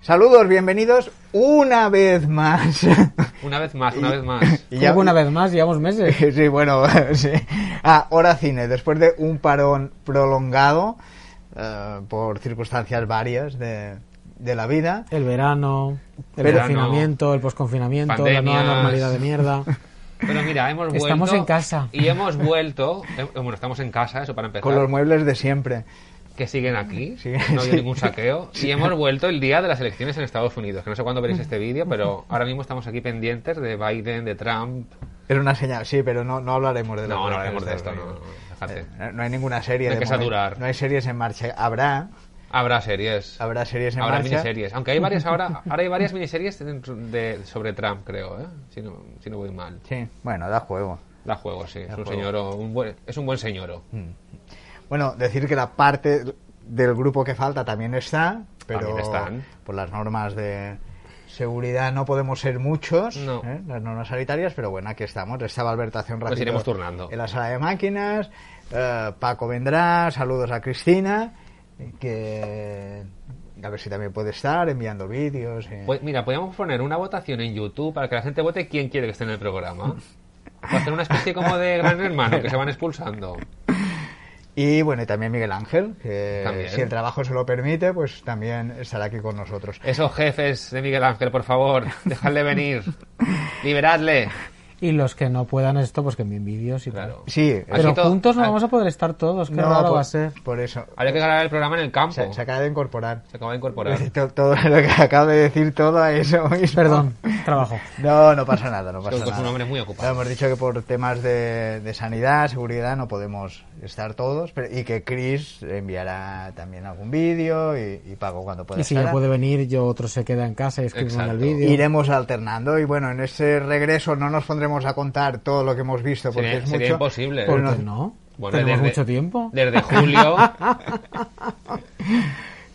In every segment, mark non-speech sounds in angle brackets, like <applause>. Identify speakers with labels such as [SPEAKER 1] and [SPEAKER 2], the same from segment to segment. [SPEAKER 1] Saludos, bienvenidos una vez más. <laughs>
[SPEAKER 2] Una vez más, una vez más.
[SPEAKER 1] Y
[SPEAKER 3] Ya una vez más, llevamos meses.
[SPEAKER 1] <laughs> Sí, bueno, sí. Ah, Hora Cine, después de un parón prolongado eh, por circunstancias varias de, de la vida.
[SPEAKER 3] El verano, el
[SPEAKER 2] Verano,
[SPEAKER 3] confinamiento, el posconfinamiento, la nueva
[SPEAKER 2] pandemias.
[SPEAKER 3] normalidad
[SPEAKER 2] <laughs>
[SPEAKER 3] de mierda.
[SPEAKER 2] Pero mira, hemos vuelto.
[SPEAKER 3] Estamos en casa.
[SPEAKER 2] Y hemos vuelto. eh, Bueno, estamos en casa, eso para empezar.
[SPEAKER 1] Con los muebles de siempre.
[SPEAKER 2] Que siguen aquí.
[SPEAKER 1] Sí,
[SPEAKER 2] no ha habido
[SPEAKER 1] sí.
[SPEAKER 2] ningún saqueo. Y hemos vuelto el día de las elecciones en Estados Unidos. Que no sé cuándo veréis este vídeo, pero ahora mismo estamos aquí pendientes de Biden, de Trump.
[SPEAKER 1] Era una señal, sí, pero no, no hablaremos de
[SPEAKER 2] No, no
[SPEAKER 1] las
[SPEAKER 2] hablaremos de esto,
[SPEAKER 1] elecciones
[SPEAKER 2] no. no, déjate.
[SPEAKER 1] Eh, no hay ninguna serie.
[SPEAKER 2] No hay
[SPEAKER 1] de
[SPEAKER 2] que
[SPEAKER 1] momento.
[SPEAKER 2] saturar.
[SPEAKER 1] No hay series en marcha. Habrá,
[SPEAKER 2] Habrá series.
[SPEAKER 1] habrá series en
[SPEAKER 2] Habrá
[SPEAKER 1] marcha.
[SPEAKER 2] miniseries. Aunque hay
[SPEAKER 1] <laughs>
[SPEAKER 2] varias ahora. Ahora hay varias miniseries dentro de- sobre Trump, creo, ¿eh? Si no, si no voy mal.
[SPEAKER 1] Sí, bueno, da juego.
[SPEAKER 2] Da juego, sí. Es un,
[SPEAKER 1] juego.
[SPEAKER 2] señoro, un buen, es un buen señoro.
[SPEAKER 1] Bueno, decir que la parte del grupo que falta también está, pero
[SPEAKER 2] También están.
[SPEAKER 1] por las normas de seguridad no podemos ser muchos,
[SPEAKER 2] No.
[SPEAKER 1] ¿eh? las normas sanitarias, pero bueno, aquí estamos. Estaba Alberto hace un ratito
[SPEAKER 2] iremos turnando.
[SPEAKER 1] en la sala de máquinas, eh, Paco vendrá, saludos a Cristina, que a ver si también puede estar enviando vídeos. eh.
[SPEAKER 2] Pues, mira, podríamos poner una votación en YouTube para que la gente vote quién quiere que esté en el programa. Va a ser una especie como de gran hermano que se van expulsando.
[SPEAKER 1] Y bueno, y también Miguel Ángel, que
[SPEAKER 2] También.
[SPEAKER 1] si el trabajo se lo permite, pues también estará aquí con nosotros.
[SPEAKER 2] Esos jefes de Miguel Ángel, por favor, dejadle venir. Liberadle.
[SPEAKER 3] Y los que no puedan esto, pues que envíen vídeos y
[SPEAKER 2] Claro.
[SPEAKER 1] Sí, eh,
[SPEAKER 2] Así
[SPEAKER 3] Pero
[SPEAKER 2] todo- pues-
[SPEAKER 3] juntos no
[SPEAKER 2] al-
[SPEAKER 3] vamos a poder estar todos, qué raro
[SPEAKER 1] por,
[SPEAKER 3] va a ser.
[SPEAKER 1] por eso.
[SPEAKER 2] Habría que grabar el programa en el campo.
[SPEAKER 1] Se, se
[SPEAKER 2] Se,
[SPEAKER 1] acaba de incorporar.
[SPEAKER 2] acaba
[SPEAKER 1] <laughs>
[SPEAKER 2] de incorporar.
[SPEAKER 1] To- Todo lo que acabo de decir, todo a eso <laughs> mismo.
[SPEAKER 2] <laughs>
[SPEAKER 3] Perdón, trabajo.
[SPEAKER 1] No, no pasa nada, no pasa
[SPEAKER 2] Es que es un
[SPEAKER 1] nada.
[SPEAKER 2] hombre muy ocupado.
[SPEAKER 1] Hemos dicho que por temas de, de sanidad, seguridad, no podemos estar todos, pero, y que Chris enviará también algún vídeo y, y Paco cuando pueda
[SPEAKER 3] Y si
[SPEAKER 1] estará.
[SPEAKER 3] no puede venir, yo otro se queda en casa y escribimos en el
[SPEAKER 2] Pues Exacto.
[SPEAKER 3] vídeo.
[SPEAKER 1] Iremos alternando y bueno, en ese regreso no nos pondremos a contar todo lo que hemos visto porque
[SPEAKER 2] Sería,
[SPEAKER 1] es
[SPEAKER 2] sería
[SPEAKER 1] mucho.
[SPEAKER 2] imposible. ¿eh?
[SPEAKER 3] ¿Por qué no?
[SPEAKER 2] Bueno,
[SPEAKER 3] Tenemos
[SPEAKER 2] desde-
[SPEAKER 3] mucho tiempo.
[SPEAKER 2] Desde
[SPEAKER 3] <laughs>
[SPEAKER 2] julio.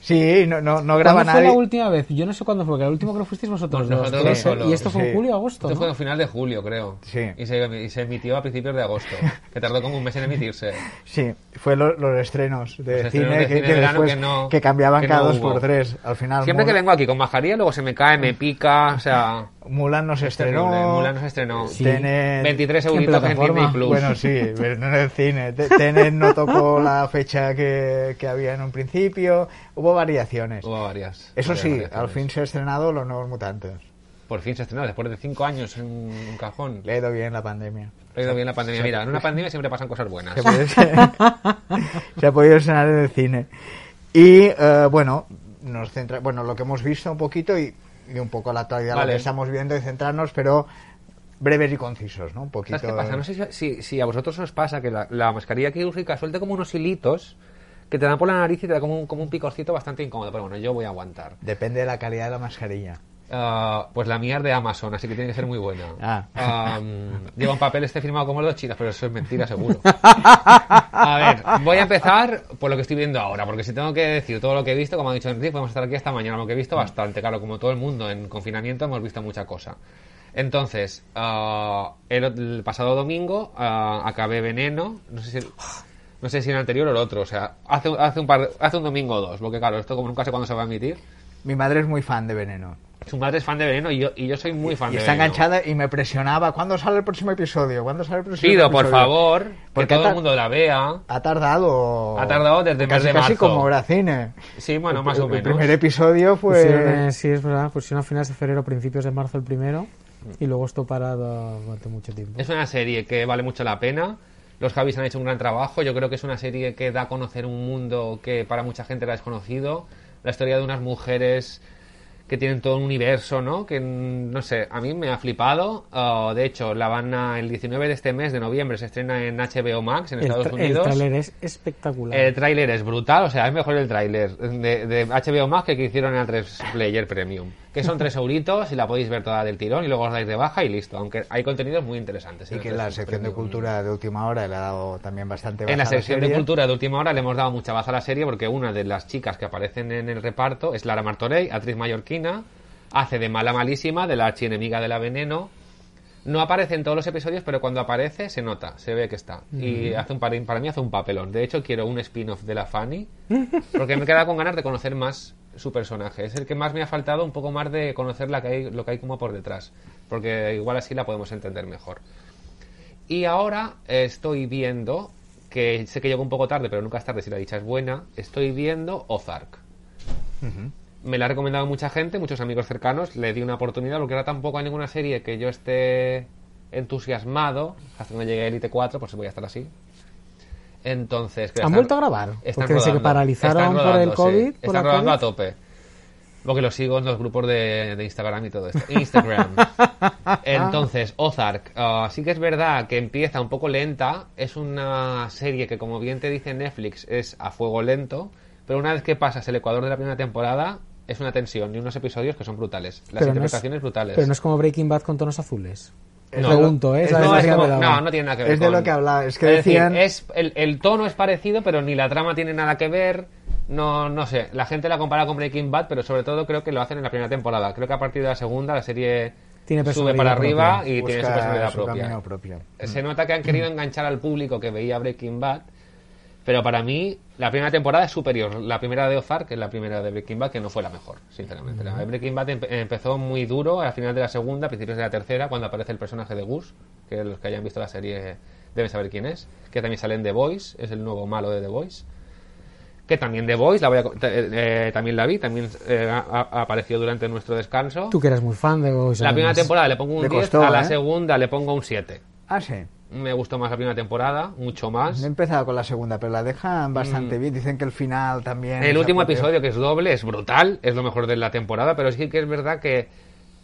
[SPEAKER 1] Sí, no, no, no graba
[SPEAKER 3] ¿Cuándo fue
[SPEAKER 1] nadie.
[SPEAKER 3] la última vez? Yo no sé cuándo fue, que la última creo que fuisteis vosotros dos.
[SPEAKER 2] Pues Nosotros
[SPEAKER 3] puede
[SPEAKER 2] dos
[SPEAKER 3] ser.
[SPEAKER 2] solos,
[SPEAKER 3] y esto fue
[SPEAKER 1] sí.
[SPEAKER 3] en julio o agosto,
[SPEAKER 2] Esto
[SPEAKER 3] ¿no?
[SPEAKER 2] fue a final de julio, creo.
[SPEAKER 1] Sí.
[SPEAKER 2] Y se, y se emitió a principios de agosto. Que tardó como un mes en emitirse.
[SPEAKER 1] Sí, fue lo- los estrenos de
[SPEAKER 2] Los estrenos
[SPEAKER 1] cine,
[SPEAKER 2] de
[SPEAKER 1] que,
[SPEAKER 2] cine
[SPEAKER 1] que
[SPEAKER 2] de verano
[SPEAKER 1] después
[SPEAKER 2] que no-
[SPEAKER 1] que cambiaban
[SPEAKER 2] que no
[SPEAKER 1] cada dos
[SPEAKER 2] hubo.
[SPEAKER 1] por tres. Al final
[SPEAKER 2] Siempre que
[SPEAKER 1] Mul-
[SPEAKER 2] vengo aquí con majaría, luego se me cae, me pica, o sea...
[SPEAKER 1] Mulan no se estrenó.
[SPEAKER 2] terrible. Este Mulan no se estrenó.
[SPEAKER 3] Sí.
[SPEAKER 1] Tenet- Ah,
[SPEAKER 2] 23
[SPEAKER 3] En
[SPEAKER 2] euritos en
[SPEAKER 3] plataforma.
[SPEAKER 2] Disney Plus.
[SPEAKER 1] Bueno, sí, pero no en el cine. Te- Tenet no tocó la fecha que, que había en un principio. Hubo variaciones.
[SPEAKER 2] Hubo varias.
[SPEAKER 1] Eso
[SPEAKER 2] varias
[SPEAKER 1] sí,
[SPEAKER 2] variaciones.
[SPEAKER 1] al fin se ha estrenado Los Nuevos Mutantes.
[SPEAKER 2] Por fin se estrenó, después de cinco años en un cajón.
[SPEAKER 1] Le ha ido bien la pandemia.
[SPEAKER 2] Ha ido bien la pandemia. Mira, en una pandemia siempre pasan cosas buenas.
[SPEAKER 1] Se ha podido, se ha podido estrenar en el cine. Y eh, bueno, nos centra, bueno, lo que hemos visto un poquito y, y un poco la actualidad, lo
[SPEAKER 2] Vale.
[SPEAKER 1] que estamos viendo y centrarnos, pero breves y concisos, ¿no? Un poquito. eh.
[SPEAKER 2] ¿Sabes qué pasa? No sé si, si- si a vosotros os pasa que la, la mascarilla quirúrgica suelta como unos hilitos que te dan por la nariz y te da como un, como un picorcito bastante incómodo. Pero bueno, yo voy a aguantar.
[SPEAKER 1] Depende de la calidad de la mascarilla.
[SPEAKER 2] Ah, pues la mía es de Amazon, así que tiene que ser muy buena.
[SPEAKER 1] Ah.
[SPEAKER 2] Ah, mm, lleva un papel este firmado como los chinos, pero eso es mentira, seguro. A ver, voy a empezar por lo que estoy viendo ahora, porque si tengo que decir todo lo que he visto, como ha dicho Enrique, podemos estar aquí hasta mañana, lo que he visto bastante, claro, como todo el mundo en confinamiento hemos visto mucha cosa. Entonces, ah, el, el pasado domingo ah, acabé Veneno, no sé si... No sé si el anterior o el otro, o sea, hace, hace, un par, hace un domingo o dos, porque claro, esto como nunca sé cuándo se va a emitir.
[SPEAKER 1] Mi madre es muy fan de Veneno.
[SPEAKER 2] Su madre es fan de Veneno y yo, y yo soy muy fan
[SPEAKER 1] Y
[SPEAKER 2] de
[SPEAKER 1] está
[SPEAKER 2] Veneno.
[SPEAKER 1] enganchada y me presionaba. ¿Cuándo sale el próximo episodio? ¿Cuándo sale el próximo
[SPEAKER 2] Pido,
[SPEAKER 1] episodio?
[SPEAKER 2] por favor,
[SPEAKER 1] Porque
[SPEAKER 2] que todo
[SPEAKER 1] ta-
[SPEAKER 2] el mundo la vea.
[SPEAKER 1] Ha tardado.
[SPEAKER 2] Ha tardado desde el mes
[SPEAKER 1] casi,
[SPEAKER 2] de
[SPEAKER 1] casi
[SPEAKER 2] marzo.
[SPEAKER 1] como hora cine.
[SPEAKER 2] Sí, bueno, más
[SPEAKER 1] el,
[SPEAKER 2] o
[SPEAKER 1] el
[SPEAKER 2] menos.
[SPEAKER 1] primer episodio
[SPEAKER 3] Pusieron,
[SPEAKER 1] fue.
[SPEAKER 3] eh, sí, es verdad, pusieron a finales de febrero, principios de marzo el primero y luego esto parado durante mucho tiempo.
[SPEAKER 2] Es una serie que vale mucho la pena. Los Javis han hecho un gran trabajo. Yo creo que es una serie que da a conocer un mundo que para mucha gente era desconocido. La historia de unas mujeres que tienen todo un universo, ¿no? Que no sé, a mí me ha flipado. Uh, de hecho, la van a- el 19 de este mes de noviembre se estrena en HBO Max en
[SPEAKER 3] El,
[SPEAKER 2] Estados
[SPEAKER 3] tra- el
[SPEAKER 2] Unidos. Eh,
[SPEAKER 3] tráiler es espectacular.
[SPEAKER 2] El tráiler es brutal, o sea, es mejor el tráiler de, de HBO Max que el que hicieron en el 3 Player Premium. Que
[SPEAKER 1] <laughs>
[SPEAKER 2] son 3 euritos y la podéis ver toda del tirón y luego os dais de baja y listo. Aunque hay contenidos muy interesantes. en
[SPEAKER 1] Y
[SPEAKER 2] el
[SPEAKER 1] que
[SPEAKER 2] 3
[SPEAKER 1] la sección de
[SPEAKER 2] Premium.
[SPEAKER 1] cultura de última hora le ha dado también bastante
[SPEAKER 2] En la
[SPEAKER 1] baza a
[SPEAKER 2] sección de
[SPEAKER 1] serie.
[SPEAKER 2] cultura de última hora le hemos dado mucha baza a la serie porque una de las chicas que aparecen en el reparto es Lara Martorey, actriz mallorquina, hace de mala malísima, de la archienemiga de la veneno. No aparece en todos los episodios, pero cuando aparece se nota, se ve que está. Y hace un para, para mí hace un papelón. De hecho, quiero un spin-off de
[SPEAKER 1] <laughs>
[SPEAKER 2] la Fanny porque me he quedado con ganas de conocer más su personaje. Es el que más me ha faltado, un poco más de conocer la que hay, lo que hay como por detrás, porque igual así la podemos entender mejor. Y ahora estoy viendo, que sé que llegó un poco tarde, pero nunca es tarde si la dicha es buena, estoy viendo Ozark. Me la ha recomendado mucha gente, muchos amigos cercanos, le di una oportunidad porque ahora tampoco hay ninguna serie que yo esté entusiasmado. Hasta que no llegue a Elite 4, pues voy a estar así. Entonces... creo que
[SPEAKER 3] ¿Han
[SPEAKER 2] están-
[SPEAKER 3] vuelto a grabar?
[SPEAKER 2] están
[SPEAKER 3] Porque desde que
[SPEAKER 2] rodando.
[SPEAKER 3] paralizaron
[SPEAKER 2] Están
[SPEAKER 3] por el
[SPEAKER 2] rodando, sí.
[SPEAKER 3] COVID, por la
[SPEAKER 2] Están rodando
[SPEAKER 3] COVID.
[SPEAKER 2] a tope. Porque lo sigo en los grupos de, de Instagram y todo esto.
[SPEAKER 3] <laughs>
[SPEAKER 2] Instagram. Entonces, Ozark. ah, sí que es verdad que empieza un poco lenta. Es una serie que, como bien te dice Netflix, es a fuego lento. Pero una vez que pasas el Ecuador de la primera temporada, es una tensión y unos episodios que son brutales. Las
[SPEAKER 3] Pero no es-
[SPEAKER 2] interpretaciones brutales.
[SPEAKER 3] Pero no es como Breaking Bad con tonos azules.
[SPEAKER 2] No.
[SPEAKER 3] Pregunto, ¿eh?
[SPEAKER 2] Es-
[SPEAKER 3] ¿Sabes?
[SPEAKER 2] no,
[SPEAKER 3] La
[SPEAKER 2] es
[SPEAKER 3] idea
[SPEAKER 2] como-
[SPEAKER 3] me daba.
[SPEAKER 2] no, no tiene nada que ver
[SPEAKER 1] Es de
[SPEAKER 2] con-
[SPEAKER 1] lo que hablaba, es que
[SPEAKER 2] decir,
[SPEAKER 1] decían-
[SPEAKER 2] es- el, el tono es parecido, pero ni la trama tiene nada que ver. No, no sé. La gente la compara con Breaking Bad, pero sobre todo creo que lo hacen en la primera temporada. Creo que a partir de la segunda la serie
[SPEAKER 3] Tiene
[SPEAKER 2] sube
[SPEAKER 3] personalidad
[SPEAKER 2] para arriba
[SPEAKER 3] propia.
[SPEAKER 2] y tiene su
[SPEAKER 1] Busca
[SPEAKER 2] personalidad
[SPEAKER 1] su
[SPEAKER 2] propia.
[SPEAKER 1] camino propio.
[SPEAKER 2] Se nota que han querido enganchar al público que veía Breaking Bad, pero para mí la primera temporada es superior. La primera de Ozark que es la primera de Breaking Bad, que no fue la mejor, sinceramente. La de Breaking Bad empe- empezó muy duro al final de la segunda, a principios de la tercera, cuando aparece el personaje de Gus, que los que hayan visto la serie deben saber quién es, que también sale en The Voice, es el nuevo malo de The Voice. Que también The Voice, la voy a co- te- eh, eh, también la vi, también eh, a- a- apareció durante nuestro descanso.
[SPEAKER 3] Tú que eras muy fan de Boys
[SPEAKER 2] La
[SPEAKER 3] and
[SPEAKER 2] primera
[SPEAKER 3] Girls.
[SPEAKER 2] temporada le pongo un
[SPEAKER 1] Le
[SPEAKER 2] 10,
[SPEAKER 1] costó,
[SPEAKER 2] a la
[SPEAKER 1] ¿eh?
[SPEAKER 2] segunda le pongo un 7.
[SPEAKER 1] Ah, sí.
[SPEAKER 2] Me gustó más la primera temporada, mucho más.
[SPEAKER 1] No he empezado con la segunda, pero la dejan bastante bien. Dicen que el final también.
[SPEAKER 2] Mm. El
[SPEAKER 1] se
[SPEAKER 2] último
[SPEAKER 1] apropia.
[SPEAKER 2] episodio, que es doble, es brutal, es lo mejor de la temporada, pero sí que es verdad que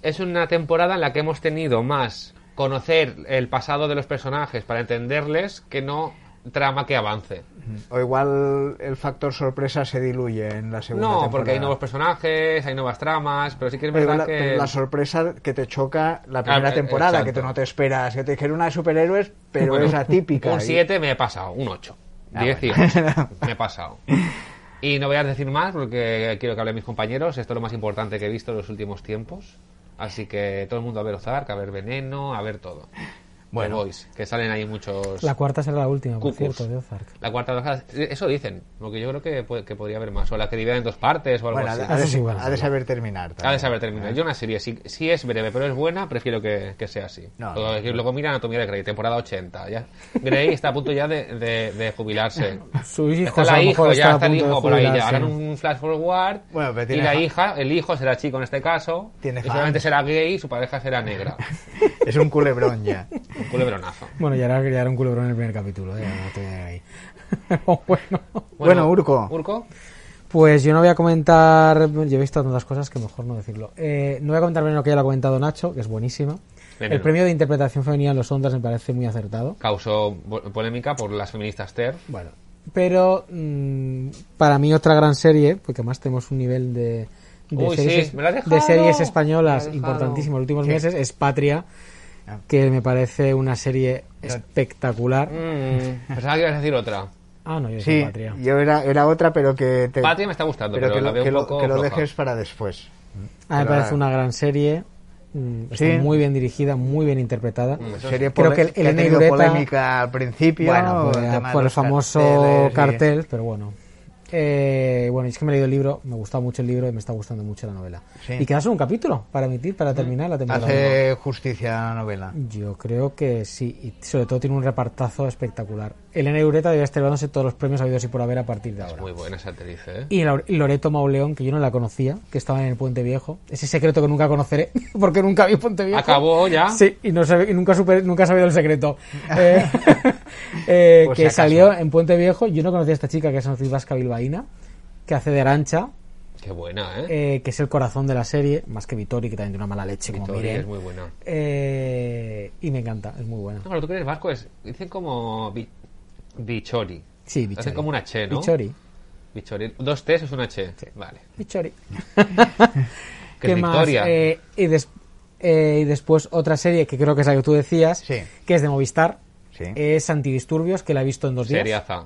[SPEAKER 2] es una temporada en la que hemos tenido más conocer el pasado de los personajes para entenderles que no trama que avance.
[SPEAKER 1] O igual el factor sorpresa se diluye en la segunda
[SPEAKER 2] No,
[SPEAKER 1] temporada.
[SPEAKER 2] porque hay nuevos personajes, hay nuevas tramas, pero sí que es
[SPEAKER 1] Pero la,
[SPEAKER 2] verdad que...
[SPEAKER 1] pero la sorpresa que te choca la primera
[SPEAKER 2] eh,
[SPEAKER 1] temporada,
[SPEAKER 2] exacto.
[SPEAKER 1] que tú no te esperas, que te dijeron una de superhéroes, pero
[SPEAKER 2] Bueno,
[SPEAKER 1] es atípica.
[SPEAKER 2] Un
[SPEAKER 1] y-
[SPEAKER 2] 7 me he pasado, un 8.
[SPEAKER 1] Ah,
[SPEAKER 2] 10
[SPEAKER 1] bueno. <laughs>
[SPEAKER 2] me he pasado. Y no voy a decir más porque quiero que hablen mis compañeros. Esto es lo más importante que he visto en los últimos tiempos. Así que todo el mundo a ver Ozark, a ver Veneno, a ver todo.
[SPEAKER 1] Bueno.
[SPEAKER 2] Bueno, boys, que salen ahí muchos.
[SPEAKER 3] La cuarta será la última, por
[SPEAKER 2] Cucus.
[SPEAKER 3] cierto, de Ozark.
[SPEAKER 2] La cuarta baja- Eso dicen, porque yo creo que, puede- que podría haber más. O la que dividen en dos partes o algo
[SPEAKER 1] Bueno, ha
[SPEAKER 2] así.
[SPEAKER 1] de,
[SPEAKER 3] Eso sí,
[SPEAKER 1] ha de-
[SPEAKER 3] bueno.
[SPEAKER 1] ha de saber terminar.
[SPEAKER 2] Ha de
[SPEAKER 1] también.
[SPEAKER 2] saber terminar. Yo una serie, si, si es breve pero es buena, prefiero que, que sea así.
[SPEAKER 1] No,
[SPEAKER 2] Luego- Luego mira Anatomía de Grey, temporada 80. Ya. Grey está a punto ya de, de- de
[SPEAKER 1] <laughs>
[SPEAKER 2] jubilarse.
[SPEAKER 3] Sus
[SPEAKER 2] Está
[SPEAKER 3] hijos a
[SPEAKER 2] la
[SPEAKER 3] lo mejor
[SPEAKER 2] hija,
[SPEAKER 3] están
[SPEAKER 2] ya
[SPEAKER 3] a
[SPEAKER 2] está el
[SPEAKER 3] punto de
[SPEAKER 2] hijo por ahí. Ya
[SPEAKER 3] jubilarse.
[SPEAKER 2] harán un flash forward.
[SPEAKER 1] Bueno, pero
[SPEAKER 2] y
[SPEAKER 1] tiene
[SPEAKER 2] la
[SPEAKER 1] fa-
[SPEAKER 2] hija, el hijo será chico en este caso.
[SPEAKER 1] Tiene
[SPEAKER 2] y seguramente
[SPEAKER 1] fans.
[SPEAKER 2] será gay y su pareja
[SPEAKER 1] <laughs>
[SPEAKER 2] será negra.
[SPEAKER 1] Es un culebrón
[SPEAKER 2] <laughs>
[SPEAKER 1] ya.
[SPEAKER 2] Un culebronazo.
[SPEAKER 3] Bueno, ya era, ya era un culebrón en el primer capítulo, ya no te ahí. <laughs> bueno,
[SPEAKER 1] Bueno, Urco.
[SPEAKER 2] Urco.
[SPEAKER 3] pues yo no voy a comentar. Yo he visto tantas cosas que mejor no decirlo. Eh, no voy a comentar lo que ya lo ha comentado Nacho, que es buenísima.
[SPEAKER 2] Veneno.
[SPEAKER 3] El premio de interpretación femenina en los Ondas me parece muy acertado.
[SPEAKER 2] Causó bo- polémica por las feministas TER.
[SPEAKER 3] Bueno, pero mm, para mí otra gran serie, porque además tenemos un nivel de, de,
[SPEAKER 2] Uy,
[SPEAKER 3] series,
[SPEAKER 2] sí, me la has
[SPEAKER 3] de
[SPEAKER 2] dejado,
[SPEAKER 3] series
[SPEAKER 2] me
[SPEAKER 3] españolas
[SPEAKER 2] la has dejado.
[SPEAKER 3] importantísimas los últimos meses, es Patria, que me parece una serie espectacular.
[SPEAKER 2] Mm, pensaba que ibas a decir otra.
[SPEAKER 3] Ah, no, yo soy
[SPEAKER 1] Sí,
[SPEAKER 3] Patria.
[SPEAKER 1] yo era, era otra, pero que te-
[SPEAKER 2] Patria me está gustando, pero,
[SPEAKER 1] pero que
[SPEAKER 2] la
[SPEAKER 1] lo,
[SPEAKER 2] veo
[SPEAKER 1] que
[SPEAKER 2] un
[SPEAKER 1] lo-
[SPEAKER 2] poco
[SPEAKER 1] que lo
[SPEAKER 2] floja.
[SPEAKER 1] dejes para después.
[SPEAKER 3] Ah, me
[SPEAKER 1] pero
[SPEAKER 3] parece
[SPEAKER 1] la-
[SPEAKER 3] una gran serie. mm,
[SPEAKER 1] Sí.
[SPEAKER 3] Está muy bien dirigida, muy bien interpretada.
[SPEAKER 2] Mm,
[SPEAKER 1] Serie
[SPEAKER 3] Creo
[SPEAKER 1] pole-
[SPEAKER 3] que el-
[SPEAKER 1] que ha
[SPEAKER 3] Elena
[SPEAKER 1] tenido
[SPEAKER 3] Irureta-
[SPEAKER 1] polémica al principio.
[SPEAKER 3] Bueno, eh, pues,
[SPEAKER 1] el tema
[SPEAKER 3] por,
[SPEAKER 1] de
[SPEAKER 3] por el
[SPEAKER 1] pues, los
[SPEAKER 3] famoso
[SPEAKER 1] carteles y-
[SPEAKER 3] cartel, pero bueno. eh, bueno, es que me he leído el libro, me gusta mucho el libro y me está gustando mucho la novela.
[SPEAKER 1] Sí. Mm.
[SPEAKER 3] Y queda solo un capítulo para emitir, para terminar la temporada.
[SPEAKER 1] Hace justicia a la novela.
[SPEAKER 3] Yo creo que sí, y sobre todo tiene un repartazo espectacular. Elena Ureta debe estar llevándose todos los premios habidos y por haber a partir de ahora.
[SPEAKER 2] Muy buena esa actriz, ¿eh?
[SPEAKER 3] Y Laure- Loreto Mauleón, que yo no la conocía, que estaba en el Puente Viejo. Ese secreto que nunca conoceré, <laughs> porque nunca vi Puente Viejo.
[SPEAKER 2] ¿Acabó ya?
[SPEAKER 3] Sí, y, no sabe- y nunca, supe, nunca he sabido
[SPEAKER 2] <laughs>
[SPEAKER 3] el secreto. Eh, <laughs> eh,
[SPEAKER 1] Por si
[SPEAKER 3] que
[SPEAKER 1] acaso.
[SPEAKER 3] salió en Puente Viejo. Yo no conocía a esta chica, que es una actriz vasca bilbaína, que hace de Arancha,
[SPEAKER 2] Qué buena, ¿eh?
[SPEAKER 3] eh, que es el corazón de la serie, más que Vittori, que también tiene una mala leche, como
[SPEAKER 2] Victoria
[SPEAKER 3] Miren.
[SPEAKER 2] es muy buena.
[SPEAKER 3] Eh, y me encanta, es muy buena.
[SPEAKER 2] No, pero tú que eres vasco, es, dicen como bi- bichori.
[SPEAKER 3] Sí,
[SPEAKER 2] Lo
[SPEAKER 3] Bichori.
[SPEAKER 2] Hacen como una H, ¿no?
[SPEAKER 3] Bichori.
[SPEAKER 2] Bichori. Dos T's es una H. Vale.
[SPEAKER 3] Bichori.
[SPEAKER 2] Que es Victoria.
[SPEAKER 3] Eh, y, des- eh, y después otra serie que creo que es la que tú decías,
[SPEAKER 1] Sí.
[SPEAKER 3] que es de Movistar.
[SPEAKER 1] Sí.
[SPEAKER 3] Es Antidisturbios, que la he visto en dos días.
[SPEAKER 2] Seriaza.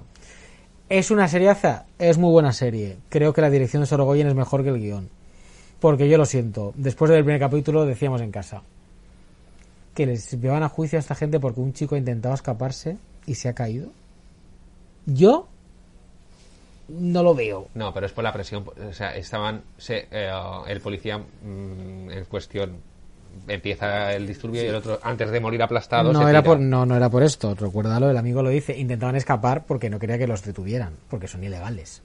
[SPEAKER 3] Es una seriaza, es muy buena serie. Creo que la dirección de Sorogoyen es mejor que el guión. Porque yo lo siento, después del primer capítulo decíamos en casa que les llevan a juicio a esta gente porque un chico ha intentado escaparse y se ha caído. Yo no lo veo.
[SPEAKER 2] No, pero es por la presión. O sea, estaban. se- eh, el policía mm, en cuestión empieza el disturbio y el otro, antes de morir aplastado,
[SPEAKER 3] No
[SPEAKER 2] se
[SPEAKER 3] era,
[SPEAKER 2] tira.
[SPEAKER 3] por, no, no era por esto, recuérdalo, el amigo lo dice, intentaban escapar porque no quería que los detuvieran, porque son ilegales.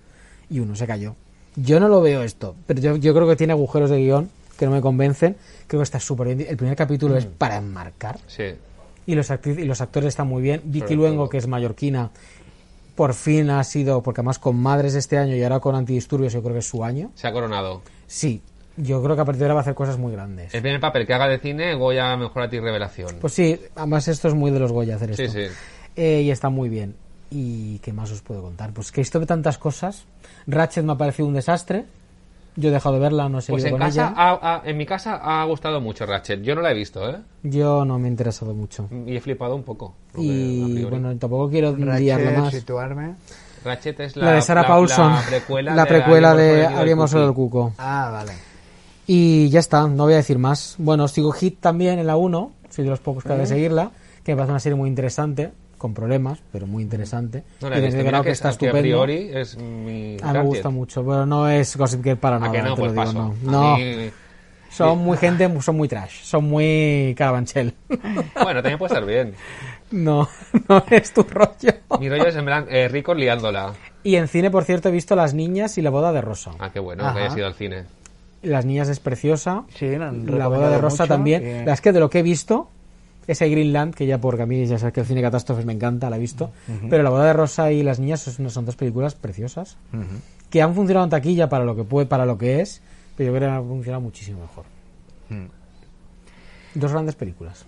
[SPEAKER 3] Y uno se cayó. Yo no lo veo esto, pero yo, yo creo que tiene agujeros de guión que no me convencen, creo que está súper bien. El primer capítulo
[SPEAKER 2] Mm.
[SPEAKER 3] es para enmarcar
[SPEAKER 2] Sí.
[SPEAKER 3] y los, actriz- y los actores están muy bien. Vicky
[SPEAKER 2] Sobre
[SPEAKER 3] Luengo,
[SPEAKER 2] todo.
[SPEAKER 3] que es mallorquina, por fin ha sido, porque además con Madres este año y ahora con Antidisturbios yo creo que es su año.
[SPEAKER 2] Se ha coronado.
[SPEAKER 3] Sí, yo creo que a partir de ahora va a hacer cosas muy grandes.
[SPEAKER 2] El primer papel que haga de cine, Goya mejor a ti revelación.
[SPEAKER 3] Pues sí, además esto es muy de los Goya hacer esto.
[SPEAKER 2] sí, sí.
[SPEAKER 3] Eh, y está muy bien. ¿Y qué más os puedo contar? Pues que he visto tantas cosas. Ratchet me ha parecido un desastre. Yo he dejado de verla, no sé
[SPEAKER 2] Pues en,
[SPEAKER 3] con
[SPEAKER 2] casa,
[SPEAKER 3] ella.
[SPEAKER 2] ha- ha- en mi casa ha gustado mucho Ratchet. Yo no la he visto, ¿eh?
[SPEAKER 3] Yo no me he interesado mucho.
[SPEAKER 2] Y he flipado un poco. porque, a
[SPEAKER 3] Y
[SPEAKER 2] priori.
[SPEAKER 3] bueno, tampoco quiero liarlo
[SPEAKER 1] Ratchet,
[SPEAKER 3] más.
[SPEAKER 1] situarme.
[SPEAKER 2] Ratchet es la,
[SPEAKER 3] La, de Sarah
[SPEAKER 2] la-
[SPEAKER 3] Paulson.
[SPEAKER 2] La precuela,
[SPEAKER 3] La precuela de Hablemos
[SPEAKER 2] Hablemos
[SPEAKER 3] sobre
[SPEAKER 2] del
[SPEAKER 3] el cuco.
[SPEAKER 1] Ah, vale.
[SPEAKER 3] Y ya está, no voy a decir más. Bueno, sigo Hit también en la 1. Soy de los pocos que ha de seguirla. Que me parece una serie muy interesante. Con problemas, pero muy interesante.
[SPEAKER 2] No la
[SPEAKER 3] y
[SPEAKER 2] he
[SPEAKER 3] desde
[SPEAKER 2] visto. Mira
[SPEAKER 3] Grau
[SPEAKER 2] que,
[SPEAKER 3] que está
[SPEAKER 2] es- que
[SPEAKER 3] estupendo.
[SPEAKER 2] a priori es mi
[SPEAKER 3] A mí me
[SPEAKER 2] Ratchet.
[SPEAKER 3] gusta mucho, pero no es Gossip Girl para
[SPEAKER 2] ¿A
[SPEAKER 3] nada,
[SPEAKER 2] que no?
[SPEAKER 3] te
[SPEAKER 2] Pues
[SPEAKER 3] lo digo,
[SPEAKER 2] paso.
[SPEAKER 3] no.
[SPEAKER 2] A
[SPEAKER 3] No,
[SPEAKER 2] mí-
[SPEAKER 3] son muy gente, son muy trash, son muy carabanchel. <laughs>
[SPEAKER 2] Bueno, también puede estar bien.
[SPEAKER 3] No, no es tu rollo.
[SPEAKER 2] Mi rollo es en plan eh, ricos liándola.
[SPEAKER 3] Y en cine, por cierto, he visto Las Niñas y La Boda de Rosa.
[SPEAKER 2] Ah, qué bueno
[SPEAKER 1] Ajá.
[SPEAKER 2] que haya sido al cine.
[SPEAKER 3] Las Niñas es preciosa,
[SPEAKER 1] Sí, la han
[SPEAKER 3] La Boda de
[SPEAKER 1] recomendado
[SPEAKER 3] Rosa
[SPEAKER 1] mucho, Eh.
[SPEAKER 3] también.
[SPEAKER 1] que-
[SPEAKER 3] La es que de lo que he visto, ese Greenland, que ya porque a mí ya sabes que el cine catástrofes me encanta, la he visto, pero La Boda de Rosa y Las Niñas son, son dos películas preciosas que han funcionado en taquilla para lo que puede, para lo que es, pero yo creo que han funcionado muchísimo mejor.
[SPEAKER 1] Mm.
[SPEAKER 3] Dos grandes películas.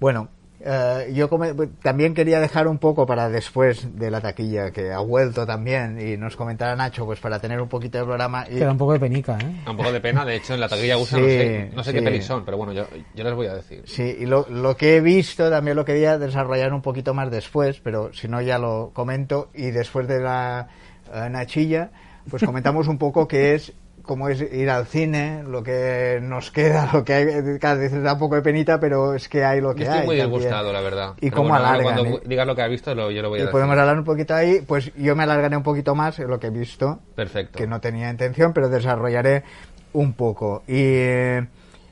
[SPEAKER 1] Bueno, eh, yo come- también quería dejar un poco para después de la taquilla que ha vuelto también y nos comentará Nacho, pues para tener un poquito de programa. Y,
[SPEAKER 3] Queda un poco de penica, ¿eh?
[SPEAKER 2] Un poco de pena, de hecho, en la taquilla gusta,
[SPEAKER 1] Sí,
[SPEAKER 2] no sé, no sé qué
[SPEAKER 1] sí.
[SPEAKER 2] pelis son, pero bueno, yo, yo les voy a decir.
[SPEAKER 1] sí, y lo, lo que he visto también lo quería desarrollar un poquito más después, pero si no ya lo comento y después de la eh, Nachilla,
[SPEAKER 2] <laughs>
[SPEAKER 1] pues comentamos un poco qué es cómo es ir al cine, lo que nos queda, lo que hay, cada vez da un poco de penita, pero es que hay lo
[SPEAKER 2] Yo
[SPEAKER 1] que
[SPEAKER 2] estoy
[SPEAKER 1] hay.
[SPEAKER 2] muy
[SPEAKER 1] también.
[SPEAKER 2] disgustado, la verdad.
[SPEAKER 1] Y
[SPEAKER 2] Pero
[SPEAKER 1] cómo
[SPEAKER 2] bueno, ahora
[SPEAKER 1] alargan,
[SPEAKER 2] Cuando
[SPEAKER 1] ¿eh?
[SPEAKER 2] digas lo que has visto, lo- yo lo voy a
[SPEAKER 1] Y
[SPEAKER 2] decir.
[SPEAKER 1] Eh, podemos hablar un poquito ahí, pues yo me alargaré un poquito más en lo que he visto,
[SPEAKER 2] Perfecto.
[SPEAKER 1] que no tenía intención, pero desarrollaré un poco. Y eh,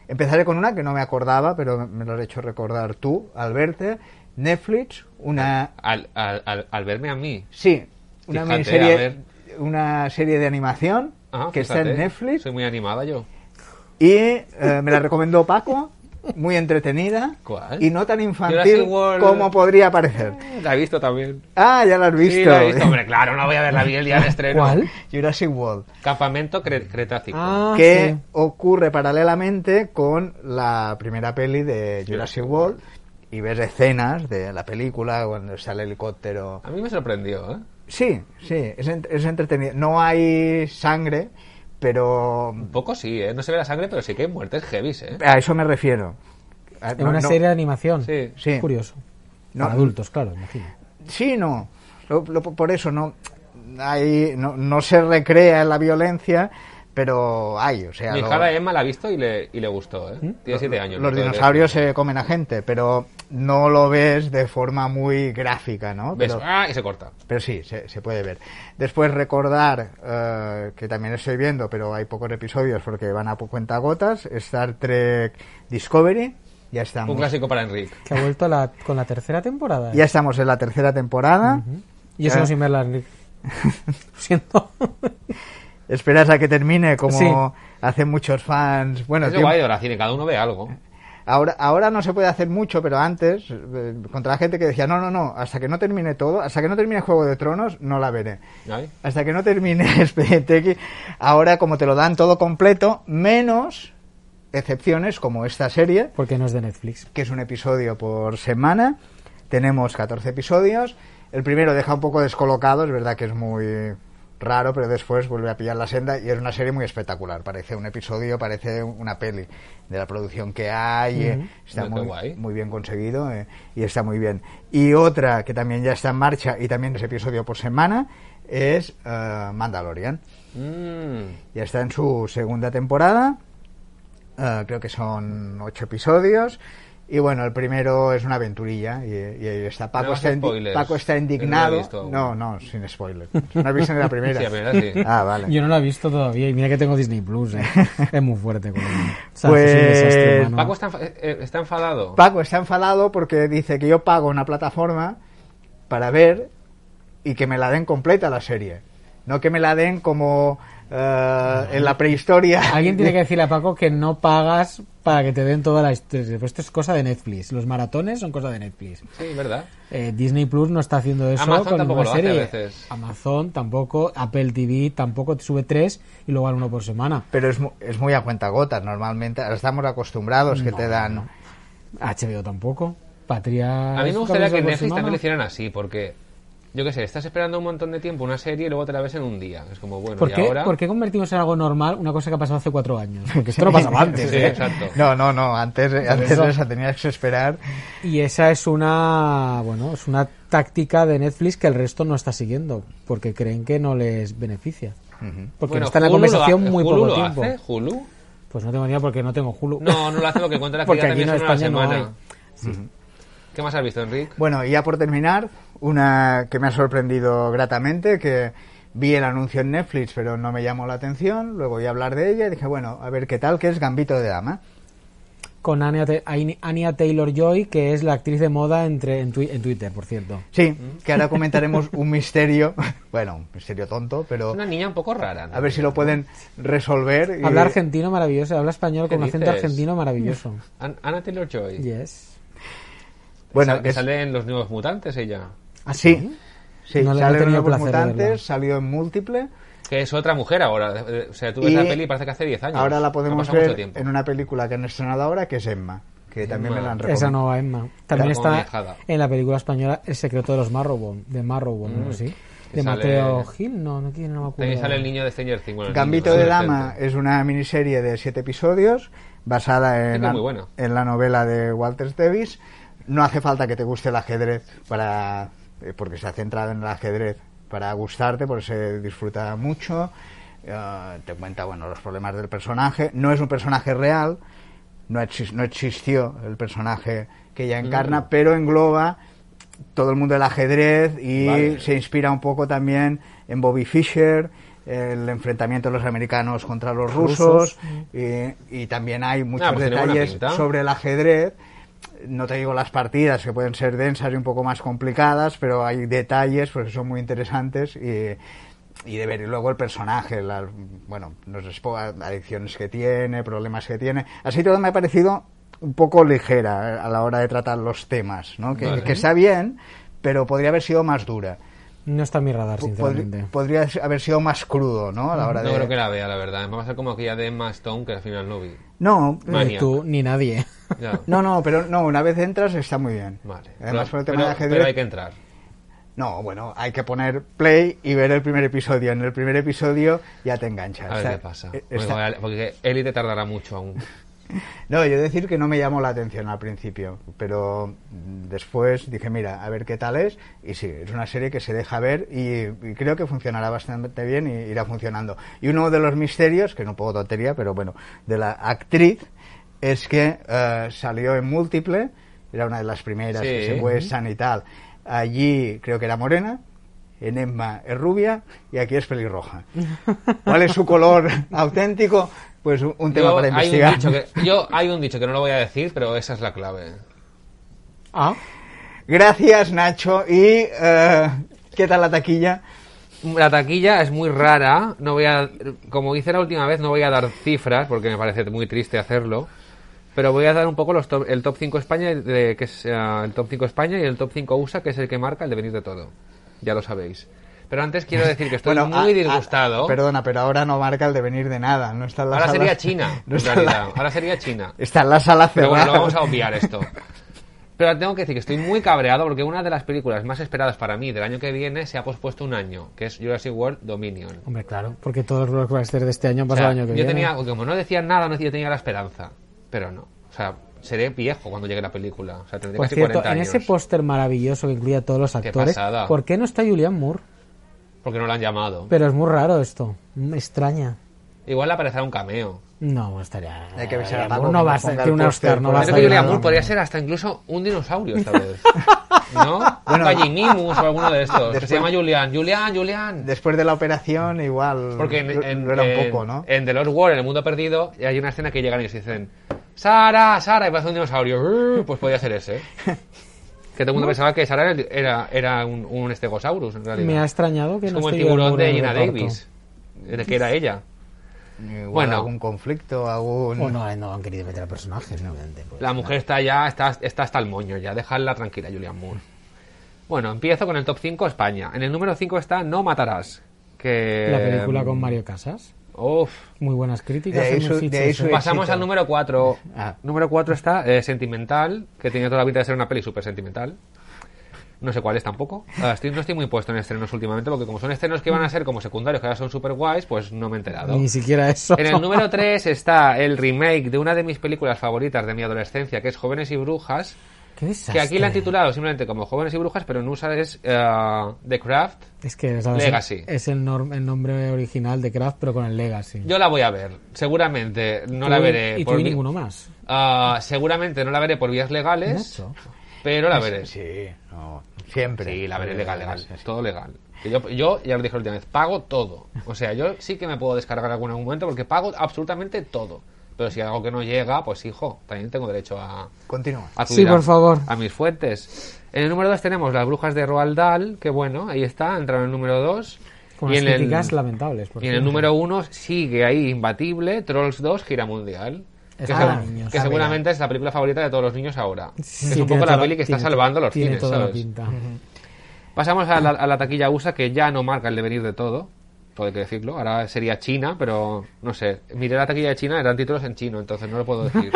[SPEAKER 1] empezaré con una que no me acordaba, pero me lo has hecho recordar tú al verte. Netflix, una...
[SPEAKER 2] Al, al, al, al verme a mí.
[SPEAKER 1] Sí, una
[SPEAKER 2] Fíjate, a
[SPEAKER 1] miniserie,
[SPEAKER 2] ver.
[SPEAKER 1] una serie de animación
[SPEAKER 2] Ah,
[SPEAKER 1] que está en
[SPEAKER 2] fíjate,
[SPEAKER 1] Netflix
[SPEAKER 2] Soy muy animada yo.
[SPEAKER 1] y eh, me la recomendó Paco, muy entretenida
[SPEAKER 2] ¿Cuál?
[SPEAKER 1] y no tan infantil
[SPEAKER 2] Jurassic World.
[SPEAKER 1] como podría parecer.
[SPEAKER 2] La he visto también.
[SPEAKER 1] Ah, ya la has visto.
[SPEAKER 2] Sí, la he visto. Hombre, claro, no voy a ver la vi el día de estreno.
[SPEAKER 3] ¿Cuál?
[SPEAKER 1] <laughs> Jurassic World.
[SPEAKER 2] Campamento cre- Cretácico.
[SPEAKER 3] Ah,
[SPEAKER 1] que
[SPEAKER 3] sí.
[SPEAKER 1] ocurre paralelamente con la primera peli de Jurassic World y ves escenas de la película cuando sale el helicóptero.
[SPEAKER 2] A mí me sorprendió, ¿eh?
[SPEAKER 1] Sí, sí, es, ent- es entretenido. No hay sangre, pero
[SPEAKER 2] Un poco sí, ¿eh? No se ve la sangre, pero sí que hay muertes heavy, ¿eh?
[SPEAKER 1] a eso me refiero. A-
[SPEAKER 3] Es
[SPEAKER 1] no-
[SPEAKER 3] una
[SPEAKER 1] no-
[SPEAKER 3] serie de animación.
[SPEAKER 2] Sí.
[SPEAKER 1] Sí.
[SPEAKER 3] Curioso.
[SPEAKER 1] No.
[SPEAKER 3] Para adultos, claro, imagino.
[SPEAKER 1] Sí, no. Lo- lo- por eso no, hay, no, no se recrea en la violencia, pero hay, o sea.
[SPEAKER 2] Mi
[SPEAKER 1] lo- ¿Mm?
[SPEAKER 2] hija la Emma la ha visto y le, y le gustó, ¿eh? Tiene siete años.
[SPEAKER 1] Los
[SPEAKER 2] entonces-
[SPEAKER 1] dinosaurios se comen a gente, pero no lo ves de forma muy gráfica, ¿no?
[SPEAKER 2] Ves,
[SPEAKER 1] Pero,
[SPEAKER 2] ah, y se corta.
[SPEAKER 1] pero sí, se, se puede ver. Después recordar eh, que también estoy viendo, pero hay pocos episodios porque van a cuentagotas, Star Trek Discovery, ya
[SPEAKER 2] Un
[SPEAKER 1] estamos.
[SPEAKER 2] clásico para Enrique.
[SPEAKER 3] Que ha vuelto la- con la tercera temporada. ¿eh?
[SPEAKER 1] Ya estamos en la tercera temporada.
[SPEAKER 3] Y eso
[SPEAKER 1] Ya.
[SPEAKER 3] no sin
[SPEAKER 1] <laughs>
[SPEAKER 3] verla, Enric. Lo siento.
[SPEAKER 1] Esperas a que termine como
[SPEAKER 3] Sí.
[SPEAKER 1] hacen muchos fans. Bueno,
[SPEAKER 2] Es lo
[SPEAKER 1] tiempo-
[SPEAKER 2] guay de la cine, cada uno
[SPEAKER 1] <laughs>
[SPEAKER 2] ve algo.
[SPEAKER 1] Ahora, ahora no se puede hacer mucho, pero antes, eh, contra la gente que decía, no, no, no, hasta que no termine todo, hasta que no termine Juego de Tronos, no la veré.
[SPEAKER 2] ¿Sabes?
[SPEAKER 1] Hasta que no termine Expediente X, ahora como te lo dan todo completo, menos excepciones como esta serie,
[SPEAKER 3] Porque no es de Netflix.
[SPEAKER 1] que es un episodio por semana, tenemos 14 episodios, el primero deja un poco descolocado, es verdad que es muy raro, pero después vuelve a pillar la senda y es una serie muy espectacular, parece un episodio, parece una peli de la producción que hay, eh, está
[SPEAKER 2] Qué
[SPEAKER 1] muy,
[SPEAKER 2] guay.
[SPEAKER 1] muy bien conseguido eh, y está muy bien. Y otra que también ya está en marcha y también es episodio por semana es eh, Mandalorian
[SPEAKER 2] Mm.
[SPEAKER 1] ya está en su segunda temporada. Eh, creo que son ocho episodios. Y bueno, el primero es una aventurilla. Y, y ahí está. Paco,
[SPEAKER 2] No
[SPEAKER 1] está,
[SPEAKER 2] hagas
[SPEAKER 1] indi-
[SPEAKER 2] spoilers.
[SPEAKER 1] Paco está
[SPEAKER 2] Yo no lo he
[SPEAKER 1] indignado.
[SPEAKER 2] visto aún.
[SPEAKER 1] No, no, sin spoiler. No he visto ni la primera.
[SPEAKER 2] <laughs> Sí, la primera sí.
[SPEAKER 1] Ah, vale.
[SPEAKER 3] Yo no la he visto todavía. Y mira que tengo Disney
[SPEAKER 2] <laughs>
[SPEAKER 3] Plus. ¿eh? es muy fuerte. coño. O sea,
[SPEAKER 1] Pues-
[SPEAKER 3] es un desastre, hermano.
[SPEAKER 2] Paco está, enfa- eh, eh, está enfadado.
[SPEAKER 1] Paco está enfadado porque dice que yo pago una plataforma para ver y que me la den completa la serie. No que me la den como eh, en la prehistoria. <laughs>
[SPEAKER 2] <laughs>
[SPEAKER 3] Alguien tiene que decirle a Paco que no pagas para que te den toda la historia. Pues esto es cosa de Netflix. Los maratones son cosa de Netflix.
[SPEAKER 2] Sí, ¿verdad?
[SPEAKER 3] Eh, Disney Plus no está haciendo eso
[SPEAKER 2] Amazon
[SPEAKER 3] con
[SPEAKER 2] tampoco lo hace
[SPEAKER 3] ninguna
[SPEAKER 2] a
[SPEAKER 3] serie.
[SPEAKER 2] veces.
[SPEAKER 3] Amazon tampoco, Apple TV tampoco te sube tres y luego al uno por semana.
[SPEAKER 1] Pero es, mu- es muy a cuenta gotas. Normalmente ahora estamos acostumbrados que te dan.
[SPEAKER 3] HBO tampoco. Patria.
[SPEAKER 2] A mí
[SPEAKER 3] es
[SPEAKER 2] me gustaría
[SPEAKER 3] capaz de
[SPEAKER 2] que
[SPEAKER 3] por
[SPEAKER 2] Netflix
[SPEAKER 3] semana.
[SPEAKER 2] también lo hicieran así, porque yo qué sé, estás esperando un montón de tiempo una serie y luego te la ves en un día. Es como, bueno,
[SPEAKER 3] ¿Por
[SPEAKER 2] ¿y
[SPEAKER 3] qué,
[SPEAKER 2] ahora?
[SPEAKER 3] por qué convertimos en algo normal una cosa que ha pasado hace
[SPEAKER 2] <laughs>
[SPEAKER 3] cuatro años? Porque esto no pasaba antes.
[SPEAKER 2] Sí,
[SPEAKER 3] ¿eh?
[SPEAKER 2] exacto.
[SPEAKER 1] No, no, no, antes, antes
[SPEAKER 3] eso.
[SPEAKER 1] esa tenías que esperar.
[SPEAKER 3] Y esa es una, bueno, es una táctica de Netflix que el resto no está siguiendo porque creen que no les beneficia. Porque
[SPEAKER 2] Bueno,
[SPEAKER 3] está en la
[SPEAKER 2] Hulu lo
[SPEAKER 3] conversación
[SPEAKER 2] hace-
[SPEAKER 3] muy
[SPEAKER 2] Hulu
[SPEAKER 3] poco
[SPEAKER 2] lo
[SPEAKER 3] tiempo.
[SPEAKER 2] Hace, ¿Hulu?
[SPEAKER 3] Pues no tengo ni idea porque no tengo Hulu.
[SPEAKER 2] No, no lo hace lo que cuenta la
[SPEAKER 3] <laughs> Porque
[SPEAKER 2] actividad
[SPEAKER 3] aquí
[SPEAKER 2] también
[SPEAKER 3] no,
[SPEAKER 2] son una
[SPEAKER 3] España no
[SPEAKER 2] semana.
[SPEAKER 3] hay.
[SPEAKER 2] ¿Qué más has visto, Enric?
[SPEAKER 1] Bueno, y ya por terminar, una que me ha sorprendido gratamente, que vi el anuncio en Netflix, pero no me llamó la atención, luego voy a hablar de ella y dije, bueno, a ver qué tal, que es Gambito de Dama.
[SPEAKER 3] Con Anya, Taylor Joy, que es la actriz de moda entre, en, twi- en Twitter, por cierto.
[SPEAKER 1] Sí, que ahora comentaremos un misterio, <laughs> bueno, un misterio tonto,
[SPEAKER 2] Es
[SPEAKER 1] pero
[SPEAKER 2] una niña un poco rara. ¿no?
[SPEAKER 1] a ver si lo pueden resolver. y-
[SPEAKER 3] Habla argentino maravilloso, habla español
[SPEAKER 2] ¿Qué
[SPEAKER 3] con un acento
[SPEAKER 2] dices?
[SPEAKER 3] argentino maravilloso.
[SPEAKER 2] An- Anna Taylor-Joy.
[SPEAKER 3] Yes.
[SPEAKER 1] Bueno,
[SPEAKER 2] Sal- que
[SPEAKER 1] es-
[SPEAKER 2] sale en Los Nuevos Mutantes ella.
[SPEAKER 3] ¿Ah,
[SPEAKER 1] sí, sí,
[SPEAKER 3] No le- no he
[SPEAKER 1] sale en
[SPEAKER 3] tenido
[SPEAKER 1] Nuevos
[SPEAKER 3] placer de verla.
[SPEAKER 1] Mutantes, salió en Múltiple.
[SPEAKER 2] Que es otra mujer ahora. eh, eh, O sea, tú ves
[SPEAKER 1] Y
[SPEAKER 2] la peli y parece que hace 10 años.
[SPEAKER 1] Ahora
[SPEAKER 2] Ha
[SPEAKER 1] la podemos
[SPEAKER 2] pasado mucho
[SPEAKER 1] ver
[SPEAKER 2] tiempo.
[SPEAKER 1] en una película que han estrenado ahora, que es Emma, que también me la han recomendado.
[SPEAKER 3] Esa nueva Emma. También
[SPEAKER 2] Era como
[SPEAKER 3] está
[SPEAKER 2] viajada.
[SPEAKER 3] en la película española El secreto de los Marrowbone, de Marrowbone, ¿no? Sí.
[SPEAKER 2] Mm, Que
[SPEAKER 3] De
[SPEAKER 2] sale-
[SPEAKER 3] Mateo Gil, no, no, quién, no me acuerdo.
[SPEAKER 2] También sale el niño de Stranger Things. bueno, el
[SPEAKER 1] Gambito
[SPEAKER 2] niño,
[SPEAKER 1] de
[SPEAKER 2] el
[SPEAKER 1] Dama
[SPEAKER 2] adolescente.
[SPEAKER 1] es una miniserie de siete episodios basada
[SPEAKER 2] que
[SPEAKER 1] en la,
[SPEAKER 2] muy buena.
[SPEAKER 1] en la novela de Walter Davis. No hace falta que te guste el ajedrez para eh, porque se ha centrado en el ajedrez para gustarte, porque se disfruta mucho. Eh, te cuenta bueno los problemas del personaje. No es un personaje real, no, exis- no existió el personaje que
[SPEAKER 2] Mm.
[SPEAKER 1] ella encarna, pero engloba todo el mundo del ajedrez y
[SPEAKER 2] Vale.
[SPEAKER 1] se inspira un poco también en Bobby Fischer, el enfrentamiento de los americanos contra los rusos,
[SPEAKER 3] Rusos.
[SPEAKER 1] Y, y también hay muchos
[SPEAKER 2] Mm. pues tiene buena
[SPEAKER 1] detalles
[SPEAKER 2] pinta.
[SPEAKER 1] sobre el ajedrez. No te digo las partidas, que pueden ser densas y un poco más complicadas, pero hay detalles pues, que son muy interesantes y, y de ver. Y luego el personaje, las, bueno, los expo- adicciones que tiene, problemas que tiene. Así todo me ha parecido un poco ligera eh, a la hora de tratar los temas, ¿no? Que,
[SPEAKER 2] Vale.
[SPEAKER 1] que está bien, pero podría haber sido más dura.
[SPEAKER 3] No está en mi radar,
[SPEAKER 1] Pod-
[SPEAKER 3] sinceramente.
[SPEAKER 1] podría haber sido más crudo, ¿no? A la hora
[SPEAKER 2] No
[SPEAKER 1] de...
[SPEAKER 2] creo que la vea, la verdad. Me va a ser como aquella de Emma Stone que al final no vi.
[SPEAKER 1] No, eh,
[SPEAKER 2] Vale.
[SPEAKER 3] Ni tú, ni nadie. <laughs>
[SPEAKER 2] Ya.
[SPEAKER 1] <laughs> no, no, pero no, una vez entras está muy bien.
[SPEAKER 2] Vale.
[SPEAKER 1] Además,
[SPEAKER 2] Pero-
[SPEAKER 1] por el tema
[SPEAKER 2] pero-
[SPEAKER 1] de ajedrez...
[SPEAKER 2] pero hay que entrar.
[SPEAKER 1] No, bueno, hay que poner play y ver el primer episodio. En el primer episodio ya te engancha.
[SPEAKER 2] A ver
[SPEAKER 1] Está-
[SPEAKER 2] qué pasa.
[SPEAKER 1] eh,
[SPEAKER 2] Porque
[SPEAKER 1] está-
[SPEAKER 2] vaya- Porque Elite tardará mucho aún.
[SPEAKER 1] No, yo decir que no me llamó la atención al principio, pero mm, después dije, mira, a ver qué tal es. Y sí, es una serie que se deja ver y, y creo que funcionará bastante bien y irá funcionando. Y uno de los misterios, que no puedo tontería, pero bueno, de la actriz, es que eh, salió en múltiple era una de las primeras
[SPEAKER 2] Sí.
[SPEAKER 1] que se muestran y tal. Allí creo que era morena, en Emma es rubia y aquí es pelirroja. ¿Cuál es su color <laughs> auténtico? Pues un, <laughs> un tema
[SPEAKER 2] Yo-
[SPEAKER 1] para
[SPEAKER 2] hay un
[SPEAKER 1] investigar.
[SPEAKER 2] dicho que- yo hay un dicho que no lo voy a decir, pero esa es la clave.
[SPEAKER 3] Ah,
[SPEAKER 1] Gracias, Nacho. ¿Y eh, qué tal la taquilla?
[SPEAKER 2] La taquilla es muy rara. No voy a, como hice la última vez, no voy a dar cifras porque me parece muy triste hacerlo. Pero voy a dar un poco los top- el top 5 España, y de- que es eh, el top 5 España y el top 5 USA, que es el que marca el devenir de todo. Ya lo sabéis. Pero antes
[SPEAKER 1] <laughs>
[SPEAKER 2] quiero decir que estoy
[SPEAKER 1] Bueno, ah,
[SPEAKER 2] muy
[SPEAKER 1] a- a-
[SPEAKER 2] disgustado.
[SPEAKER 1] perdona, pero ahora no marca el devenir de nada. No está en las
[SPEAKER 2] Ahora
[SPEAKER 1] salas- <laughs>
[SPEAKER 2] sería China,
[SPEAKER 1] No
[SPEAKER 2] en
[SPEAKER 1] está, en la-
[SPEAKER 2] realidad. Ahora sería China.
[SPEAKER 1] <laughs> está en la sala
[SPEAKER 2] Pero
[SPEAKER 1] cerrada.
[SPEAKER 2] bueno, lo vamos a obviar ¿eh? esto. Pero tengo que decir que estoy muy cabreado porque una de las películas más esperadas para mí del año que viene se ha pospuesto un año, que es Jurassic World Dominion.
[SPEAKER 3] hombre, claro, porque todos los blockbusters de este año
[SPEAKER 2] O
[SPEAKER 3] han pasado
[SPEAKER 2] sea,
[SPEAKER 3] el año que
[SPEAKER 2] yo
[SPEAKER 3] viene.
[SPEAKER 2] tenía, como no decían nada, no, yo tenía la esperanza. Pero no. O sea, seré viejo cuando llegue la película. O sea, tendré
[SPEAKER 3] Por
[SPEAKER 2] casi
[SPEAKER 3] cierto,
[SPEAKER 2] 40
[SPEAKER 3] en
[SPEAKER 2] años.
[SPEAKER 3] ese póster maravilloso que incluye a todos los actores,
[SPEAKER 2] pasada.
[SPEAKER 3] ¿por qué no está Julian Moore?
[SPEAKER 2] Porque no lo han llamado.
[SPEAKER 3] Pero es muy raro esto, me extraña.
[SPEAKER 2] Igual le aparecerá un cameo.
[SPEAKER 3] No, no estaría.
[SPEAKER 1] Hay que avisar a
[SPEAKER 3] Julianne
[SPEAKER 1] Paco que
[SPEAKER 3] Moore No
[SPEAKER 1] no
[SPEAKER 3] va a ser,
[SPEAKER 1] ponga
[SPEAKER 3] tiene
[SPEAKER 1] el
[SPEAKER 3] un
[SPEAKER 1] póster
[SPEAKER 3] Oscar, no
[SPEAKER 1] por
[SPEAKER 3] va a
[SPEAKER 1] ahí.
[SPEAKER 2] Creo
[SPEAKER 3] estar.
[SPEAKER 2] que Julia
[SPEAKER 1] nada,
[SPEAKER 2] Moore
[SPEAKER 1] no.
[SPEAKER 2] podría ser hasta incluso un dinosaurio
[SPEAKER 3] <laughs>
[SPEAKER 2] esta vez. ¿No?
[SPEAKER 1] Bueno,
[SPEAKER 2] un gallimimus o alguno de estos. Que
[SPEAKER 1] <laughs> después-
[SPEAKER 2] se llama Julian. Julian, Julian.
[SPEAKER 1] Después de la operación, igual.
[SPEAKER 2] Porque en,
[SPEAKER 1] lo-
[SPEAKER 2] en-
[SPEAKER 1] lo era un
[SPEAKER 2] en- eh,
[SPEAKER 1] poco, ¿no?
[SPEAKER 2] en The Lost World, en El Mundo Perdido, hay una escena que llegan y se dicen ¡Sara, Sara! Y pasa un dinosaurio. ¡Urr! Pues podía
[SPEAKER 1] <laughs>
[SPEAKER 2] ser ese. Que todo el mundo pensaba que Sara era, el- era, era un, un estegosaurus, en realidad.
[SPEAKER 3] Me ha extrañado que
[SPEAKER 2] es
[SPEAKER 3] no
[SPEAKER 2] como el
[SPEAKER 3] esté Julianne
[SPEAKER 2] tiburón
[SPEAKER 3] Moore
[SPEAKER 2] de
[SPEAKER 3] en el
[SPEAKER 2] Gina
[SPEAKER 3] reparto.
[SPEAKER 2] Davis, en que era ella.
[SPEAKER 1] Igual
[SPEAKER 2] bueno.
[SPEAKER 1] algún conflicto, algún.
[SPEAKER 2] Mm.
[SPEAKER 3] O no, eh, no han querido meter a personajes, obviamente. pues.
[SPEAKER 2] La mujer está ya, está, está hasta el moño ya. Dejadla tranquila, Julian Moore. Bueno, empiezo con el top 5 España. En el número 5 está No Matarás. Que,
[SPEAKER 3] La película con Mario Casas.
[SPEAKER 2] Uf,
[SPEAKER 3] Muy buenas críticas.
[SPEAKER 1] De ahí
[SPEAKER 3] en
[SPEAKER 1] su-
[SPEAKER 3] Netflix,
[SPEAKER 1] de ahí
[SPEAKER 3] eso.
[SPEAKER 1] su-
[SPEAKER 2] Pasamos
[SPEAKER 1] éxito.
[SPEAKER 2] al número 4.
[SPEAKER 1] Ah.
[SPEAKER 2] Número 4 está eh, Sentimental, que tenía toda la pinta de ser una peli súper sentimental. No sé cuál es tampoco. Ah, estoy- no estoy muy puesto en estrenos últimamente, porque como son estrenos que van a ser como secundarios, que ahora son súper guays, pues no me he enterado.
[SPEAKER 3] Ni siquiera eso. <laughs>
[SPEAKER 2] En el número 3 está el remake de una de mis películas favoritas de mi adolescencia, que es Jóvenes y Brujas,
[SPEAKER 3] Qué desastre.
[SPEAKER 2] que aquí la han titulado simplemente como Jóvenes y Brujas, pero en USA es eh, The Craft.
[SPEAKER 3] Es que ¿sabes?
[SPEAKER 2] Legacy.
[SPEAKER 3] es el, norm- el nombre original de Kraft, pero con el Legacy.
[SPEAKER 2] Yo la voy a ver, seguramente no la
[SPEAKER 3] Tú y-
[SPEAKER 2] veré.
[SPEAKER 3] Y tú
[SPEAKER 2] por
[SPEAKER 3] y
[SPEAKER 2] vi-
[SPEAKER 3] ninguno más.
[SPEAKER 2] Ah, seguramente no la veré por vías legales,
[SPEAKER 3] Nacho.
[SPEAKER 2] pero la veré. Sí,
[SPEAKER 1] Sí, no, siempre.
[SPEAKER 2] la veré legal, legal, todo legal. Que Yo, yo ya lo dije la última vez, pago todo. O sea, yo sí que me puedo descargar algún momento porque pago absolutamente todo. Pero si hay algo que no llega, pues hijo, también tengo derecho a,
[SPEAKER 1] Continúa.
[SPEAKER 2] a
[SPEAKER 3] Sí,
[SPEAKER 2] acudir a-
[SPEAKER 3] por favor.
[SPEAKER 2] a mis fuentes. En el número 2 tenemos Las Brujas de Roald Dahl, que bueno, ahí está, entra en el número 2.
[SPEAKER 3] Con
[SPEAKER 2] Y
[SPEAKER 3] unas
[SPEAKER 2] en el,
[SPEAKER 3] críticas lamentables. por
[SPEAKER 2] y en el
[SPEAKER 3] cierto.
[SPEAKER 2] número 1 sigue ahí imbatible Trolls 2, Gira Mundial. Que,
[SPEAKER 3] Es para niños.
[SPEAKER 2] que
[SPEAKER 3] Ah,
[SPEAKER 2] seguramente es la película favorita de todos los niños ahora. es
[SPEAKER 3] Sí,
[SPEAKER 2] un
[SPEAKER 3] tiene
[SPEAKER 2] poco la
[SPEAKER 3] toda-
[SPEAKER 2] peli que está
[SPEAKER 3] tiene-
[SPEAKER 2] salvando los
[SPEAKER 3] tiene
[SPEAKER 2] cines,
[SPEAKER 3] toda
[SPEAKER 2] ¿sabes?
[SPEAKER 3] la pinta. <laughs>
[SPEAKER 2] Pasamos a la, a la taquilla USA, que ya no marca el devenir de todo. Todo hay que decirlo. Ahora sería China, pero no sé. Miré la taquilla de China, eran títulos en chino, entonces no lo puedo
[SPEAKER 3] <laughs>
[SPEAKER 2] decir.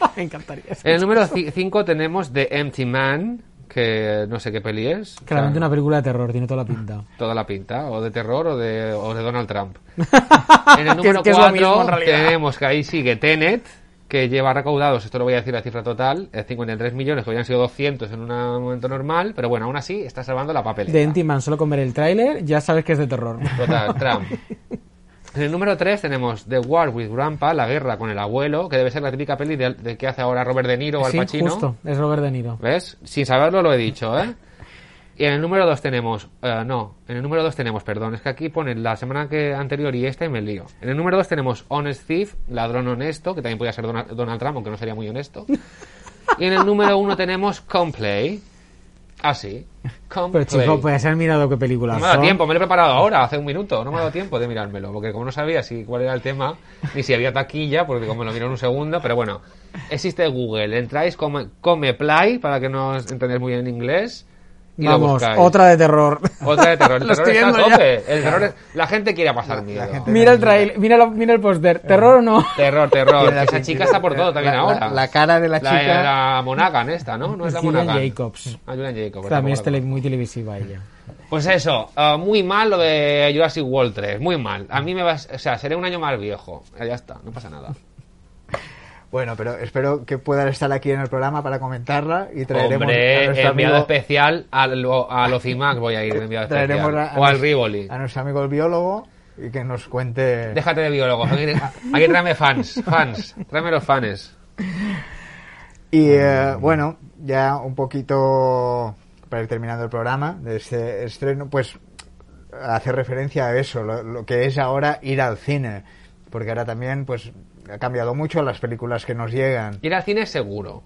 [SPEAKER 3] Ah, Me encantaría.
[SPEAKER 2] en el número 5 tenemos The Empty Man, que no sé qué peli es.
[SPEAKER 3] Claramente
[SPEAKER 2] O sea,
[SPEAKER 3] una película de terror, tiene toda la pinta.
[SPEAKER 2] Toda la pinta, o de terror o de, o de Donald
[SPEAKER 3] <laughs>
[SPEAKER 2] Trump. En el
[SPEAKER 3] Que es-
[SPEAKER 2] número
[SPEAKER 3] que es lo mismo en
[SPEAKER 2] 4
[SPEAKER 3] realidad.
[SPEAKER 2] tenemos que ahí sigue Tenet, que lleva recaudados, esto lo voy a decir la cifra total, eh, 53 millones, que hubieran sido 200 en un momento normal, pero bueno, aún así está salvando la papeleta.
[SPEAKER 3] De Entiman, solo con ver el tráiler ya sabes que es de terror.
[SPEAKER 2] Total, Trump. En el número 3 tenemos The War with Grandpa, la guerra con el abuelo, que debe ser la típica peli de, de que hace ahora Robert De Niro o Al
[SPEAKER 3] sí,
[SPEAKER 2] Pacino.
[SPEAKER 3] justo, es Robert De Niro.
[SPEAKER 2] ¿Ves? Sin saberlo lo he dicho, ¿eh? Y en el número 2 tenemos... eh, no, en el número 2 tenemos, perdón, es que aquí ponen la semana que anterior y esta y me lío. En el número 2 tenemos Honest Thief, ladrón honesto, que también podría ser Dona- Donald Trump, aunque no sería muy honesto. Y en el número 1 tenemos Ah, Complay. Así.
[SPEAKER 3] Pero
[SPEAKER 2] Complay.
[SPEAKER 3] chico, pues has mirado qué
[SPEAKER 2] No
[SPEAKER 3] películas
[SPEAKER 2] me ha dado
[SPEAKER 3] son.
[SPEAKER 2] tiempo, me lo he preparado ahora, hace un minuto, no me ha dado tiempo de mirármelo, porque como no sabía si cuál era el tema, ni si había taquilla, porque como lo miro en un segundo, pero bueno, existe Google, entráis come, come play, para que no os entendáis muy bien en inglés, y lo
[SPEAKER 3] Vamos,
[SPEAKER 2] buscáis.
[SPEAKER 3] otra de terror.
[SPEAKER 2] Otra de
[SPEAKER 3] <laughs>
[SPEAKER 2] terror, el
[SPEAKER 3] Lo
[SPEAKER 2] terror
[SPEAKER 3] estoy
[SPEAKER 2] está a
[SPEAKER 3] viendo ya.
[SPEAKER 2] tope, el terror es- la gente quiere pasar miedo.
[SPEAKER 1] gente-
[SPEAKER 3] Mira el trailer, mira, la- mira el
[SPEAKER 2] Eh,
[SPEAKER 3] póster. ¿Terror o no? <laughs>
[SPEAKER 2] Terror, terror,
[SPEAKER 1] Tiene la
[SPEAKER 2] esa chica está por todo también
[SPEAKER 1] la-
[SPEAKER 2] ahora.
[SPEAKER 1] la- la cara de la chica.
[SPEAKER 2] La Monaghan esta, ¿no? No es la
[SPEAKER 3] Julian
[SPEAKER 2] Monaghan.
[SPEAKER 3] Jacobs.
[SPEAKER 2] Ah, Julian Jacobs.
[SPEAKER 3] También este es
[SPEAKER 2] tampoco la
[SPEAKER 3] tele- muy televisiva ella.
[SPEAKER 2] Pues eso, ah, muy mal lo de Jurassic World 3, muy mal. A mí me va, o sea, seré un año más viejo. Ah, Ya está, no pasa nada.
[SPEAKER 1] Bueno, pero espero que puedan estar aquí en el programa para comentarla y traeremos a
[SPEAKER 2] Hombre, eh,
[SPEAKER 1] nuestro
[SPEAKER 2] enviado
[SPEAKER 1] amigo,
[SPEAKER 2] especial al, al Ofimac voy a ir de enviado
[SPEAKER 1] traeremos
[SPEAKER 2] especial.
[SPEAKER 1] a- a
[SPEAKER 2] o al
[SPEAKER 1] nuestro-
[SPEAKER 2] Rivoli.
[SPEAKER 1] a nuestro amigo el biólogo y que nos cuente.
[SPEAKER 2] Déjate de biólogos, aquí, aquí tráeme fans, fans, tráeme los fans.
[SPEAKER 1] Y eh, bueno, ya un poquito para ir terminando el programa de este estreno, pues hacer referencia a eso, lo, lo que es ahora ir al cine, porque ahora también pues ha cambiado mucho las películas que nos llegan.
[SPEAKER 2] Ir al cine es seguro.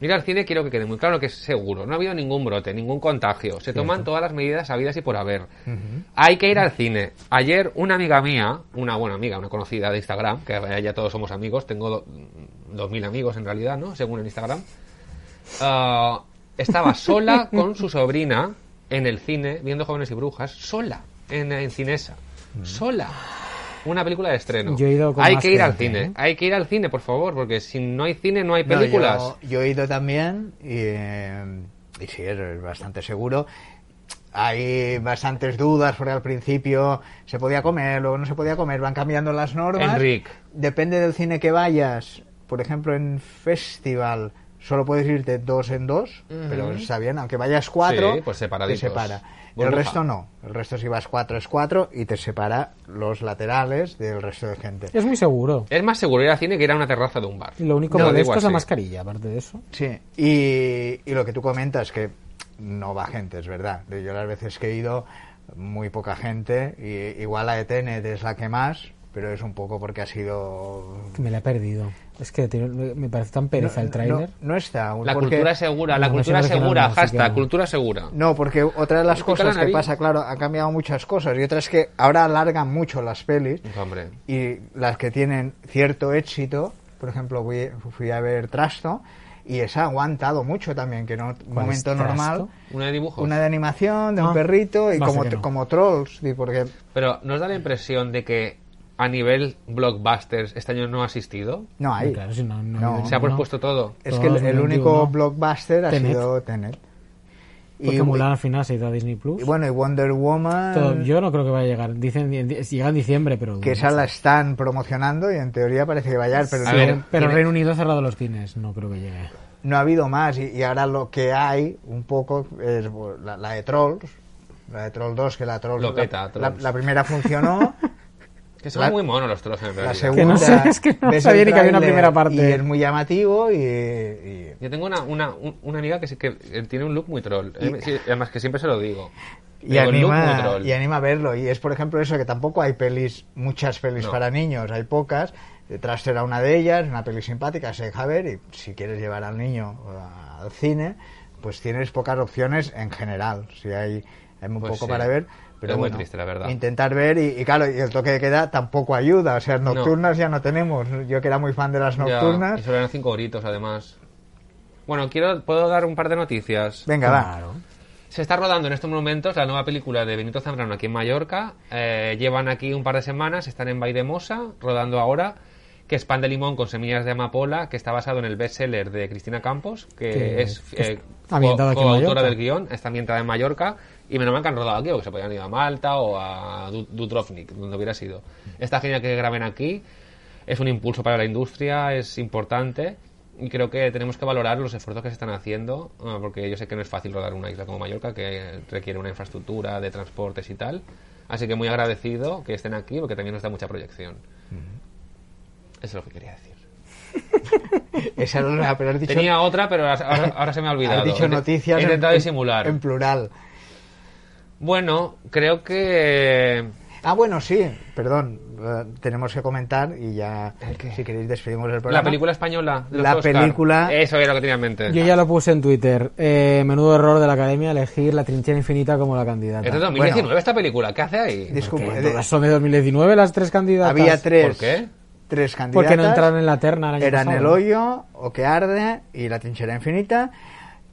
[SPEAKER 2] Ir al cine quiero que quede muy claro que es seguro. No ha habido ningún brote, ningún contagio. Se toman todas las medidas habidas y por haber. Hay que ir al cine. Ayer una amiga mía, una buena amiga, una conocida de Instagram, que en realidad ya todos somos amigos, tengo do- dos mil amigos en realidad, ¿no? Según en Instagram. Ah,
[SPEAKER 3] <laughs>
[SPEAKER 2] estaba sola con su sobrina en el cine, viendo Jóvenes y Brujas, sola, en, en Cinesa. Sola. Una película de estreno.
[SPEAKER 3] Mm. Yo he ido con
[SPEAKER 2] hay
[SPEAKER 3] más
[SPEAKER 2] que ir al
[SPEAKER 3] gente,
[SPEAKER 2] cine.
[SPEAKER 3] ¿eh?
[SPEAKER 2] Hay que ir al cine, por favor, porque si no hay cine no hay
[SPEAKER 1] No,
[SPEAKER 2] películas.
[SPEAKER 1] yo, yo he ido también y, eh, y sí, es- es bastante seguro. Hay bastantes dudas porque al principio se podía comer, luego no se podía comer, van cambiando las normas.
[SPEAKER 2] Enric.
[SPEAKER 1] Depende del cine que vayas. Por ejemplo, en festival solo puedes irte dos en dos, pero está bien, aunque vayas cuatro,
[SPEAKER 2] Sí, pues
[SPEAKER 1] te
[SPEAKER 2] separaditos.
[SPEAKER 1] separa. El
[SPEAKER 2] Burbuja.
[SPEAKER 1] resto no. El resto si vas cuatro es cuatro y te separa los laterales del resto de gente.
[SPEAKER 3] Es muy seguro.
[SPEAKER 2] Es más seguro ir al cine que ir a una terraza de un bar.
[SPEAKER 3] Lo único
[SPEAKER 2] Te digo
[SPEAKER 3] modesto es la
[SPEAKER 2] así.
[SPEAKER 3] mascarilla, aparte de eso.
[SPEAKER 1] Sí, y, y lo que tú comentas, que no va gente, es verdad. Yo las veces que he ido, muy poca gente, y igual la de Tenet es la que más, pero es un poco porque ha sido...
[SPEAKER 3] Que me la he perdido. Es que tiene- me parece tan pereza el tráiler.
[SPEAKER 1] No, no está. aún,
[SPEAKER 2] La
[SPEAKER 1] porque-
[SPEAKER 2] cultura segura, la
[SPEAKER 3] No,
[SPEAKER 2] cultura
[SPEAKER 3] versión
[SPEAKER 2] segura,
[SPEAKER 3] original, así que
[SPEAKER 2] hashtag,
[SPEAKER 3] no.
[SPEAKER 2] cultura segura.
[SPEAKER 1] No, porque otra de las
[SPEAKER 2] Me pica la
[SPEAKER 1] cosas que
[SPEAKER 2] nariz.
[SPEAKER 1] pasa, claro, ha cambiado muchas cosas, y otra es que ahora alargan mucho las pelis,
[SPEAKER 2] Hombre.
[SPEAKER 1] y las que tienen cierto éxito, por ejemplo, fui, fui a ver Trasto, y esa ha aguantado mucho también, que no un
[SPEAKER 3] ¿Cuál es
[SPEAKER 1] momento normal...
[SPEAKER 3] Trasto?
[SPEAKER 2] Una de dibujos.
[SPEAKER 1] Una de animación, de un
[SPEAKER 3] Ah,
[SPEAKER 1] perrito y
[SPEAKER 3] no sé
[SPEAKER 1] como,
[SPEAKER 3] que no.
[SPEAKER 1] como trolls, di, porque
[SPEAKER 2] Pero ¿nos da la impresión de que a nivel blockbusters este año no ha asistido?
[SPEAKER 1] no hay.
[SPEAKER 3] Claro, si no, no-
[SPEAKER 1] No.
[SPEAKER 2] Se ha propuesto todo.
[SPEAKER 1] Es que el, el
[SPEAKER 3] 2021.
[SPEAKER 1] único blockbuster ha
[SPEAKER 3] Tenet.
[SPEAKER 1] sido Tenet.
[SPEAKER 3] Porque Mulan al final se ha ido a Disney Plus.
[SPEAKER 1] y bueno, y Wonder Woman,
[SPEAKER 3] Todo- yo no creo que vaya a llegar. Dicen di- di- llega en diciembre, pero.
[SPEAKER 1] que esa la están promocionando y en teoría parece que va a llegar, pero
[SPEAKER 2] A
[SPEAKER 1] no,
[SPEAKER 2] ver.
[SPEAKER 3] Pero
[SPEAKER 2] tiene-
[SPEAKER 3] Reino Unido ha cerrado los cines. No creo que llegue.
[SPEAKER 1] no ha habido más. Y, y ahora lo que hay un poco es bueno, la, la de Trolls, la de Trolls 2, que la Trolls...
[SPEAKER 2] Lo
[SPEAKER 1] la-
[SPEAKER 2] peta,
[SPEAKER 1] la-
[SPEAKER 2] Trolls.
[SPEAKER 1] la primera
[SPEAKER 2] <laughs>
[SPEAKER 1] funcionó,
[SPEAKER 2] Que son
[SPEAKER 1] La-
[SPEAKER 2] muy monos los trozos en
[SPEAKER 1] la
[SPEAKER 2] realidad.
[SPEAKER 1] segunda...
[SPEAKER 3] Que no sé, es que no
[SPEAKER 1] ves el
[SPEAKER 3] sabía ni que había una
[SPEAKER 1] tráiler
[SPEAKER 3] primera parte.
[SPEAKER 1] Y es muy llamativo y- y
[SPEAKER 2] Yo tengo una, una, un- una amiga que, sí que eh, tiene un look muy troll. Eh, sí, además que siempre se lo digo.
[SPEAKER 1] y
[SPEAKER 2] Digo, el look muy
[SPEAKER 1] anima,
[SPEAKER 2] troll.
[SPEAKER 1] y anima a verlo. Y es, por ejemplo, eso que tampoco hay pelis, muchas pelis
[SPEAKER 2] No.
[SPEAKER 1] para niños, hay pocas. Detrás será una de ellas, una peli simpática, se deja ver. Y si quieres llevar al niño eh, al cine, pues tienes pocas opciones en general. Si hay, hay muy
[SPEAKER 2] Pues
[SPEAKER 1] poco
[SPEAKER 2] sí.
[SPEAKER 1] para ver. Pero
[SPEAKER 2] Es muy
[SPEAKER 1] bueno,
[SPEAKER 2] triste, la verdad.
[SPEAKER 1] Intentar ver, y, y claro, y el toque de queda tampoco ayuda. O sea,
[SPEAKER 2] No.
[SPEAKER 1] nocturnas ya no tenemos. Yo que era muy fan de las
[SPEAKER 2] Ya,
[SPEAKER 1] nocturnas.
[SPEAKER 2] y solo eran cinco horitos además. Bueno, quiero, puedo dar un par de noticias.
[SPEAKER 1] Venga, va.
[SPEAKER 3] Claro.
[SPEAKER 2] Se está rodando en estos momentos la nueva película de Benito Zambrano aquí en Mallorca. Eh, llevan aquí un par de semanas, están en Vaidemosa, rodando ahora, que es pan de limón con semillas de amapola, que está basado en el bestseller de Cristina Campos, que
[SPEAKER 3] Que-
[SPEAKER 2] es
[SPEAKER 3] que
[SPEAKER 2] eh,
[SPEAKER 3] está ambientada aquí en
[SPEAKER 2] coautora
[SPEAKER 3] Mallorca.
[SPEAKER 2] del guión, está ambientada en Mallorca, y menos mal que han rodado aquí, porque se podían ir a Malta o a Du- Dubrovnik, donde hubiera sido. Está genial que graben aquí, es un impulso para la industria, es importante y creo que tenemos que valorar los esfuerzos que se están haciendo, ah, porque yo sé que no es fácil rodar una isla como Mallorca, que requiere una infraestructura de transportes y tal. Así que muy agradecido que estén aquí, porque también nos da mucha proyección. Eso es lo que quería decir.
[SPEAKER 1] Esa era la, pero has dicho,
[SPEAKER 2] Tenía otra, pero ahora, ahora- ahora se me ha olvidado.
[SPEAKER 1] has dicho
[SPEAKER 2] He-
[SPEAKER 1] noticias.
[SPEAKER 2] He
[SPEAKER 1] en-
[SPEAKER 2] intentado
[SPEAKER 1] en-
[SPEAKER 2] disimular.
[SPEAKER 1] En plural.
[SPEAKER 2] Bueno, creo que...
[SPEAKER 1] Ah, bueno, sí, perdón, eh, tenemos que comentar y ya,
[SPEAKER 2] ¿El qué?
[SPEAKER 1] si queréis, despedimos el programa.
[SPEAKER 2] La película española. de los
[SPEAKER 1] La
[SPEAKER 2] Oscar.
[SPEAKER 1] película-
[SPEAKER 2] Eso era lo que tenía en mente.
[SPEAKER 3] Yo ya lo puse en Twitter. Eh, menudo error de la academia elegir la trinchera infinita como la candidata.
[SPEAKER 2] Es de 2019
[SPEAKER 1] Bueno.
[SPEAKER 2] esta película. ¿Qué hace ahí?
[SPEAKER 1] Disculpe,
[SPEAKER 3] Porque
[SPEAKER 1] de-
[SPEAKER 3] todas son de 2019 las tres candidatas.
[SPEAKER 1] había tres,
[SPEAKER 2] ¿Por qué?
[SPEAKER 1] tres candidatas.
[SPEAKER 3] Porque no entraron en la terna el año
[SPEAKER 1] Eran
[SPEAKER 3] pasado.
[SPEAKER 1] El Hoyo, O que Arde y La Trinchera Infinita.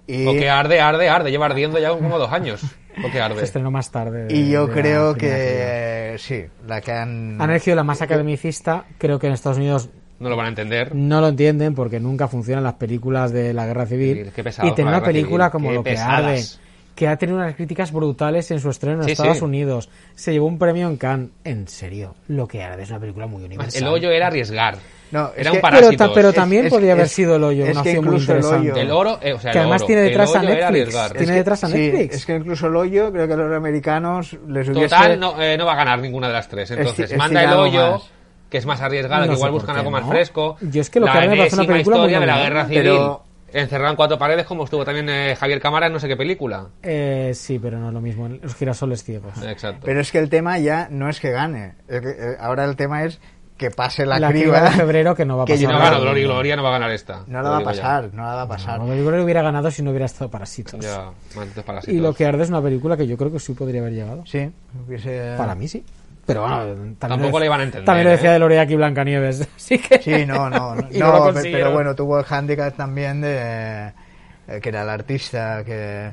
[SPEAKER 1] Y,
[SPEAKER 2] O que arde, arde, arde. Lleva ardiendo ya como dos años. O que
[SPEAKER 3] Se
[SPEAKER 2] arde.
[SPEAKER 1] Este
[SPEAKER 3] estrenó más tarde. de-
[SPEAKER 1] y yo
[SPEAKER 3] de la
[SPEAKER 1] creo
[SPEAKER 3] primera actividad.
[SPEAKER 1] que, sí, la que han...
[SPEAKER 3] Han elegido la más academicista. Creo que en Estados Unidos
[SPEAKER 2] No lo van a entender.
[SPEAKER 3] no lo entienden porque nunca funcionan las películas de la guerra civil.
[SPEAKER 2] Qué pesados
[SPEAKER 3] y tener
[SPEAKER 2] con la
[SPEAKER 3] una
[SPEAKER 2] guerra
[SPEAKER 3] película
[SPEAKER 2] civil,
[SPEAKER 3] como
[SPEAKER 2] qué
[SPEAKER 3] Lo que
[SPEAKER 2] pesadas.
[SPEAKER 3] arde, que ha tenido unas críticas brutales en su estreno en
[SPEAKER 2] Sí,
[SPEAKER 3] Estados
[SPEAKER 2] sí.
[SPEAKER 3] Unidos. Se llevó un premio en Cannes. En serio, Lo que arde es una película muy
[SPEAKER 2] Además,
[SPEAKER 3] universal.
[SPEAKER 2] El hoyo era arriesgar.
[SPEAKER 1] No, es
[SPEAKER 2] era
[SPEAKER 1] que-
[SPEAKER 2] un
[SPEAKER 3] Pero,
[SPEAKER 2] parásito.
[SPEAKER 3] ta- pero
[SPEAKER 1] Es-
[SPEAKER 3] también
[SPEAKER 1] es-
[SPEAKER 3] podría haber
[SPEAKER 1] es-
[SPEAKER 3] sido el hoyo,
[SPEAKER 1] es
[SPEAKER 3] una
[SPEAKER 1] que
[SPEAKER 3] opción muy
[SPEAKER 1] incluso El Hoyo-
[SPEAKER 3] interesante.
[SPEAKER 2] El oro, eh, o sea,
[SPEAKER 3] que
[SPEAKER 2] el
[SPEAKER 3] además
[SPEAKER 2] oro.
[SPEAKER 3] tiene
[SPEAKER 2] El
[SPEAKER 3] detrás a
[SPEAKER 2] hoyo era
[SPEAKER 3] Netflix.
[SPEAKER 2] arriesgar.
[SPEAKER 3] Tiene
[SPEAKER 1] que-
[SPEAKER 3] detrás a
[SPEAKER 1] sí,
[SPEAKER 3] Netflix.
[SPEAKER 1] es que incluso El Hoyo, creo que a los americanos les hubiese...
[SPEAKER 2] Total, no, eh, no va a ganar ninguna de las tres. Entonces,
[SPEAKER 1] Esti-
[SPEAKER 2] manda el
[SPEAKER 1] estirado
[SPEAKER 2] hoyo,
[SPEAKER 1] más.
[SPEAKER 2] que es más arriesgada,
[SPEAKER 3] No
[SPEAKER 2] que
[SPEAKER 3] sé
[SPEAKER 2] igual
[SPEAKER 3] por
[SPEAKER 2] buscan
[SPEAKER 3] qué
[SPEAKER 2] algo más
[SPEAKER 3] no.
[SPEAKER 2] fresco.
[SPEAKER 3] Yo es que lo
[SPEAKER 2] la
[SPEAKER 3] que ahora me parece una
[SPEAKER 2] enésima
[SPEAKER 3] película muy
[SPEAKER 2] historia de la
[SPEAKER 3] moderna,
[SPEAKER 2] guerra civil.
[SPEAKER 1] Pero
[SPEAKER 2] Encerrado en cuatro paredes, como estuvo también eh, Javier Cámara en no sé qué película.
[SPEAKER 3] Eh, sí, pero no es lo mismo. Los girasoles ciegos.
[SPEAKER 2] Exacto.
[SPEAKER 1] Pero es que el tema ya no es que gane. Es que, eh, Ahora el tema es que pase la,
[SPEAKER 3] La
[SPEAKER 1] criba.
[SPEAKER 3] criba de febrero que no va a
[SPEAKER 1] que
[SPEAKER 2] si
[SPEAKER 3] pasar.
[SPEAKER 1] yo
[SPEAKER 2] no
[SPEAKER 1] no-
[SPEAKER 2] gana Gloria y Gloria, no va a ganar esta.
[SPEAKER 1] <laughs> No
[SPEAKER 2] Lo
[SPEAKER 1] la va a
[SPEAKER 2] digo
[SPEAKER 1] pasar, no la va a pasar.
[SPEAKER 3] No, yo creo que hubiera ganado si no hubiera estado Parasitos.
[SPEAKER 2] Ya, ya malditos parásitos.
[SPEAKER 3] y Lo que arde es una película que yo creo que sí podría haber llegado.
[SPEAKER 1] Sí, hubiese-
[SPEAKER 3] Para mí sí. Pero bueno, también
[SPEAKER 2] Tampoco
[SPEAKER 3] lo
[SPEAKER 2] la
[SPEAKER 3] dec-
[SPEAKER 2] iban a entender,
[SPEAKER 3] También lo decía
[SPEAKER 2] ¿eh?
[SPEAKER 3] de Loreac y Blancanieves. <laughs> Así que.
[SPEAKER 1] Sí, no,
[SPEAKER 3] <laughs>
[SPEAKER 1] no. no,
[SPEAKER 3] Y no lo
[SPEAKER 1] pe-
[SPEAKER 3] consiguieron.
[SPEAKER 1] pero bueno, tuvo el hándicap también de eh, que era el artista que.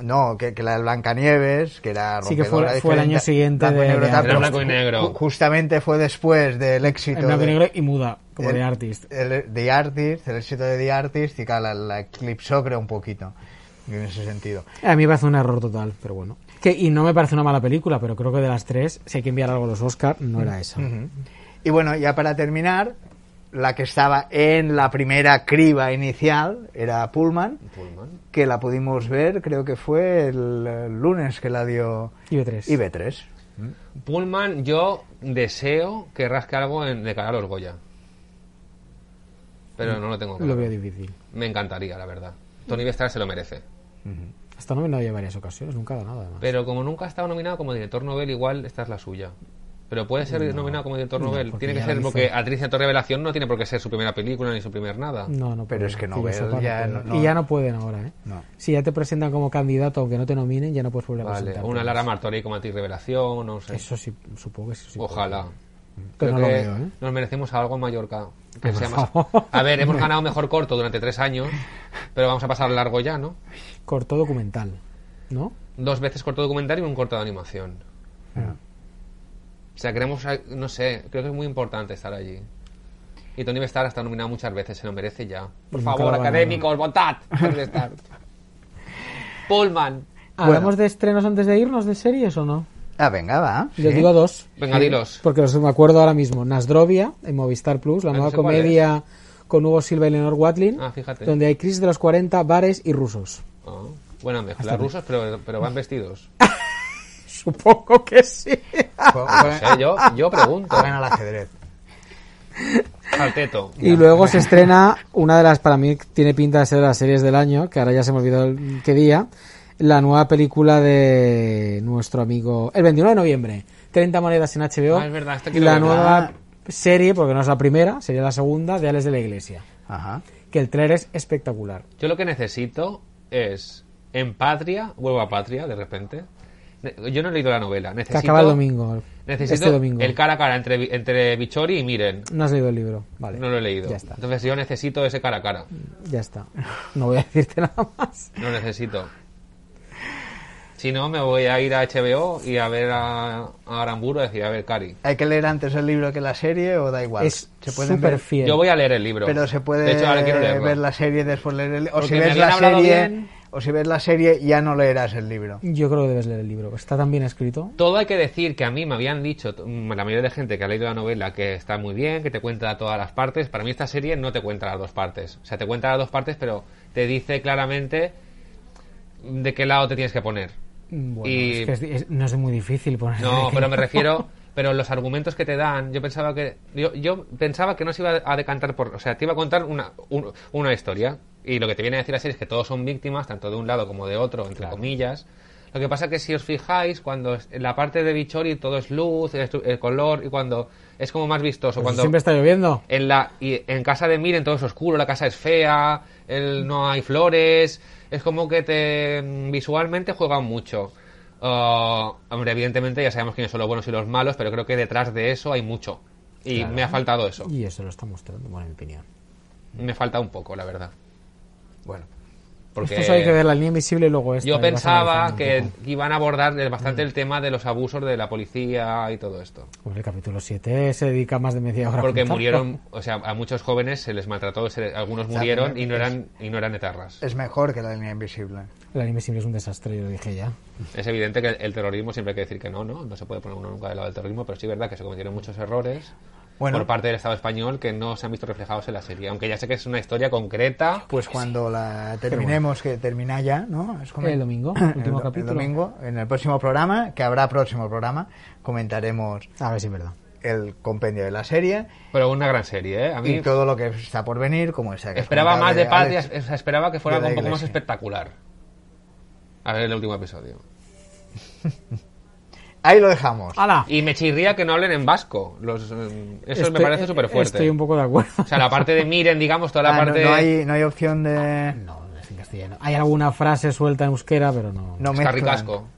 [SPEAKER 1] No, que, que la de Blancanieves, que era
[SPEAKER 3] Sí, que fue-
[SPEAKER 1] rompedora,
[SPEAKER 3] fue el año
[SPEAKER 1] diferente,
[SPEAKER 3] siguiente
[SPEAKER 1] blanco y
[SPEAKER 3] de-
[SPEAKER 1] negro,
[SPEAKER 3] de
[SPEAKER 1] tal,
[SPEAKER 3] Era
[SPEAKER 1] pero
[SPEAKER 2] blanco y negro.
[SPEAKER 1] ju- Justamente fue después del
[SPEAKER 3] En
[SPEAKER 1] éxito
[SPEAKER 3] blanco y
[SPEAKER 1] de- Eh.
[SPEAKER 3] negro y muda, como
[SPEAKER 1] el-
[SPEAKER 3] de artist.
[SPEAKER 1] el- The Artist, el éxito de The Artist y que la, la eclipsó creo un poquito en ese sentido.
[SPEAKER 3] A mí me parece un error total, pero bueno. Que, y no me parece una mala película, pero creo que de las tres, si hay que enviar algo a los Oscars, no era esa.
[SPEAKER 1] Ujú. Y bueno, ya para terminar, la que estaba en la primera criba inicial era Pullman,
[SPEAKER 2] Pullman.
[SPEAKER 1] que la pudimos ver, creo que fue el eh, lunes que la dio
[SPEAKER 3] Y B3.
[SPEAKER 1] IB3.
[SPEAKER 2] Pullman, yo deseo que rasque algo en, de cara a los Goya. Pero no lo tengo claro.
[SPEAKER 3] Lo veo difícil.
[SPEAKER 2] Me encantaría, la verdad. Tony Bestar se lo merece.
[SPEAKER 3] Hasta nominado ya varias ocasiones, nunca ha ganado además.
[SPEAKER 2] Pero como nunca ha estado nominado como director Nobel, igual esta es la suya. Pero puede ser nominado como director
[SPEAKER 3] No,
[SPEAKER 2] Nobel.
[SPEAKER 3] porque
[SPEAKER 2] Tiene que
[SPEAKER 3] ya
[SPEAKER 2] ser
[SPEAKER 3] lo
[SPEAKER 2] porque
[SPEAKER 3] hizo.
[SPEAKER 2] Actriz de Actor Revelación no tiene por qué ser su primera película ni su primer nada.
[SPEAKER 3] No, no
[SPEAKER 1] Pero
[SPEAKER 3] pueden,
[SPEAKER 1] es que
[SPEAKER 3] yo
[SPEAKER 1] Nobel
[SPEAKER 3] sepa,
[SPEAKER 1] ya
[SPEAKER 3] pueden.
[SPEAKER 1] no-
[SPEAKER 3] Y ya no pueden ahora, ¿eh?
[SPEAKER 1] No.
[SPEAKER 3] Si ya te presentan como candidato, aunque no te nominen, ya no puedes volver a
[SPEAKER 2] Vale,
[SPEAKER 3] presentarte.
[SPEAKER 2] una Lara Martori como actriz revelación, no sé.
[SPEAKER 3] Eso sí, supongo que sí. sí
[SPEAKER 2] Ojalá.
[SPEAKER 3] pueden. Pero
[SPEAKER 2] Creo
[SPEAKER 3] no lo
[SPEAKER 2] que
[SPEAKER 3] veo, ¿eh?
[SPEAKER 2] nos merecemos algo en Mallorca. Que
[SPEAKER 3] Por
[SPEAKER 2] sea más-
[SPEAKER 3] favor.
[SPEAKER 2] A ver,
[SPEAKER 3] <laughs>
[SPEAKER 2] hemos ganado mejor corto durante tres años, pero vamos a pasar largo ya, ¿no?
[SPEAKER 3] Corto documental, ¿no?
[SPEAKER 2] Dos veces corto documental y un corto de animación. O sea, queremos, no sé, creo que es muy importante estar allí. Y Tony Bestar está nominado muchas veces, se lo merece ya. Por
[SPEAKER 3] Pues Nunca
[SPEAKER 2] favor,
[SPEAKER 3] lo va a
[SPEAKER 2] académicos, votad. Tony
[SPEAKER 3] <laughs>
[SPEAKER 2] Bestar. Pullman.
[SPEAKER 3] ¿Hablamos
[SPEAKER 1] Bueno.
[SPEAKER 3] de estrenos antes de irnos de series o no?
[SPEAKER 1] Ah, venga, va.
[SPEAKER 3] Yo
[SPEAKER 1] sí.
[SPEAKER 3] digo dos,
[SPEAKER 2] Venga, dilos.
[SPEAKER 3] porque los me acuerdo ahora mismo. Nasdrovia, en Movistar Plus, la
[SPEAKER 2] Ah, no
[SPEAKER 3] nueva
[SPEAKER 2] sé cuál
[SPEAKER 3] comedia con Hugo Silva y Leonor Watlin,
[SPEAKER 2] Ah, fíjate.
[SPEAKER 3] donde hay crisis de los 40, bares y rusos.
[SPEAKER 2] Ah, buena mezcla. Rusos, pero, pero van
[SPEAKER 3] <laughs>
[SPEAKER 2] vestidos.
[SPEAKER 3] Supongo que sí.
[SPEAKER 1] Jue-
[SPEAKER 2] No
[SPEAKER 1] juegan-
[SPEAKER 2] sé, yo, yo pregunto.
[SPEAKER 1] Juegan al ajedrez.
[SPEAKER 2] Salteto.
[SPEAKER 3] Y
[SPEAKER 2] <laughs>
[SPEAKER 3] luego se estrena una de las, para mí, que tiene pinta de ser de las series del año, que ahora ya se me olvidó el- qué día, la nueva película de nuestro amigo, el 21 de noviembre, 30 monedas en HBO,
[SPEAKER 2] Ah, es verdad, esta quiero
[SPEAKER 3] la
[SPEAKER 2] verla.
[SPEAKER 3] nueva serie, porque no es la primera, sería la segunda, de Alex de la Iglesia,
[SPEAKER 1] Ajá.
[SPEAKER 3] que el trailer es espectacular.
[SPEAKER 2] Yo lo que necesito es en Patria, vuelvo a Patria de repente. Ne- Yo no he leído la novela.
[SPEAKER 3] Que
[SPEAKER 2] Necesito,
[SPEAKER 3] acaba el domingo.
[SPEAKER 2] Necesito
[SPEAKER 3] este domingo.
[SPEAKER 2] el cara a cara entre, entre Bichori y Miren.
[SPEAKER 3] No has leído el libro. Vale.
[SPEAKER 2] No lo he leído.
[SPEAKER 3] Ya está.
[SPEAKER 2] Entonces yo necesito ese cara a cara.
[SPEAKER 3] Ya está. No voy a decirte nada más.
[SPEAKER 2] Lo necesito. Si no, me voy a ir a HBO y a ver a, a Aramburu y decir, a ver, Cari.
[SPEAKER 1] ¿Hay que leer antes el libro que la serie o da igual?
[SPEAKER 3] Es
[SPEAKER 1] pueden
[SPEAKER 3] súper
[SPEAKER 1] ver?
[SPEAKER 3] fiel.
[SPEAKER 2] Yo voy a leer el libro.
[SPEAKER 1] Pero se puede
[SPEAKER 2] De hecho, ahora quiero leerlo.
[SPEAKER 1] ver la serie y después leer el o
[SPEAKER 2] Porque
[SPEAKER 1] si
[SPEAKER 2] me
[SPEAKER 1] ves
[SPEAKER 2] habían
[SPEAKER 1] la
[SPEAKER 2] hablado
[SPEAKER 1] serie
[SPEAKER 2] bien.
[SPEAKER 1] o si ves la serie ya no leerás el libro.
[SPEAKER 3] Yo creo que debes leer el libro. Está tan bien escrito.
[SPEAKER 2] Todo hay que decir que a mí me habían dicho, t- mm, la mayoría de gente que ha leído la novela, que está muy bien, que te cuenta todas las partes. Para mí esta serie no te cuenta las dos partes. O sea, te cuenta las dos partes, pero te dice claramente de qué lado te tienes que poner.
[SPEAKER 3] Bueno,
[SPEAKER 2] Y-
[SPEAKER 3] es que es- es- no es muy difícil poner.
[SPEAKER 2] No, pero me refiero, pero los argumentos que te dan, yo pensaba que yo, yo pensaba que no se iba a decantar por, o sea, te iba a contar una, un- una historia y lo que te viene a decir la serie es que todos son víctimas tanto de un lado como de otro, entre comillas. Lo que pasa que si os fijáis cuando es- en la parte de Bichori todo es luz, es- el color y cuando es como más vistoso, cuando
[SPEAKER 3] Pues Siempre está lloviendo.
[SPEAKER 2] en la y en casa de Miren todo es oscuro, la casa es fea, el- no hay flores, es como que te mm, visualmente juegan mucho. Ah, hombre, evidentemente ya sabemos quiénes son los buenos y los malos, pero creo que detrás de eso hay mucho. Y me ha faltado eso.
[SPEAKER 3] Y eso lo está mostrando, bueno, en mi opinión.
[SPEAKER 2] Me falta un poco, la verdad.
[SPEAKER 1] Bueno,
[SPEAKER 2] Porque
[SPEAKER 3] Esto solo hay que ver la línea invisible y luego esto.
[SPEAKER 2] yo
[SPEAKER 3] y vas
[SPEAKER 2] pensaba
[SPEAKER 3] analizando
[SPEAKER 2] que
[SPEAKER 3] un poco.
[SPEAKER 2] iban a abordar
[SPEAKER 3] Mm.
[SPEAKER 2] bastante el tema de los abusos de la policía y todo esto.
[SPEAKER 3] Hombre, el capítulo 7 se dedica más de media hora. a
[SPEAKER 2] Porque
[SPEAKER 3] contarlo.
[SPEAKER 2] murieron, o sea, a muchos jóvenes se les maltrató, se- algunos murieron y no eran y no eran etarras.
[SPEAKER 1] es mejor que la línea invisible.
[SPEAKER 3] La línea invisible es un desastre, yo lo dije ya.
[SPEAKER 2] Es evidente que el, el terrorismo siempre hay que decir que no, no, no se puede poner uno nunca del lado del terrorismo, pero sí es verdad que se cometieron muchos errores
[SPEAKER 1] Bueno.
[SPEAKER 2] por parte del Estado español que no se han visto reflejados en la serie. Aunque ya sé que es una historia concreta,
[SPEAKER 1] Pues cuando la terminemos, que termina ya, ¿no? Es como-
[SPEAKER 3] El domingo,
[SPEAKER 1] <coughs> El
[SPEAKER 3] último
[SPEAKER 1] do- el
[SPEAKER 3] capítulo.
[SPEAKER 1] domingo, en el próximo programa, que habrá próximo programa, comentaremos
[SPEAKER 3] A ver si es verdad.
[SPEAKER 1] el compendio de la serie
[SPEAKER 2] Pero una gran serie, ¿eh? A mí
[SPEAKER 1] y todo lo que está por venir, como esa que has
[SPEAKER 2] esperaba
[SPEAKER 1] comentado
[SPEAKER 2] más de paz,
[SPEAKER 1] Alex.
[SPEAKER 2] y- o sea, esperaba que fuera
[SPEAKER 1] de la
[SPEAKER 2] algo un poco más
[SPEAKER 1] iglesia.
[SPEAKER 2] espectacular. A ver el último episodio.
[SPEAKER 1] Ahí lo dejamos.
[SPEAKER 3] ¡Hala!
[SPEAKER 2] Y me chirría que no hablen en vasco. Los, eh, eso me
[SPEAKER 3] Estoy-
[SPEAKER 2] parece súper fuerte.
[SPEAKER 3] Estoy un poco de acuerdo.
[SPEAKER 2] O sea, la parte de miren, digamos, toda la
[SPEAKER 1] Ah, no-
[SPEAKER 2] parte...
[SPEAKER 1] no, hay, no hay opción de...
[SPEAKER 3] <laughs> No, no es en castellano. Hay alguna frase suelta en euskera, pero no.
[SPEAKER 1] No
[SPEAKER 2] Está
[SPEAKER 1] mezclan.
[SPEAKER 2] ricasco.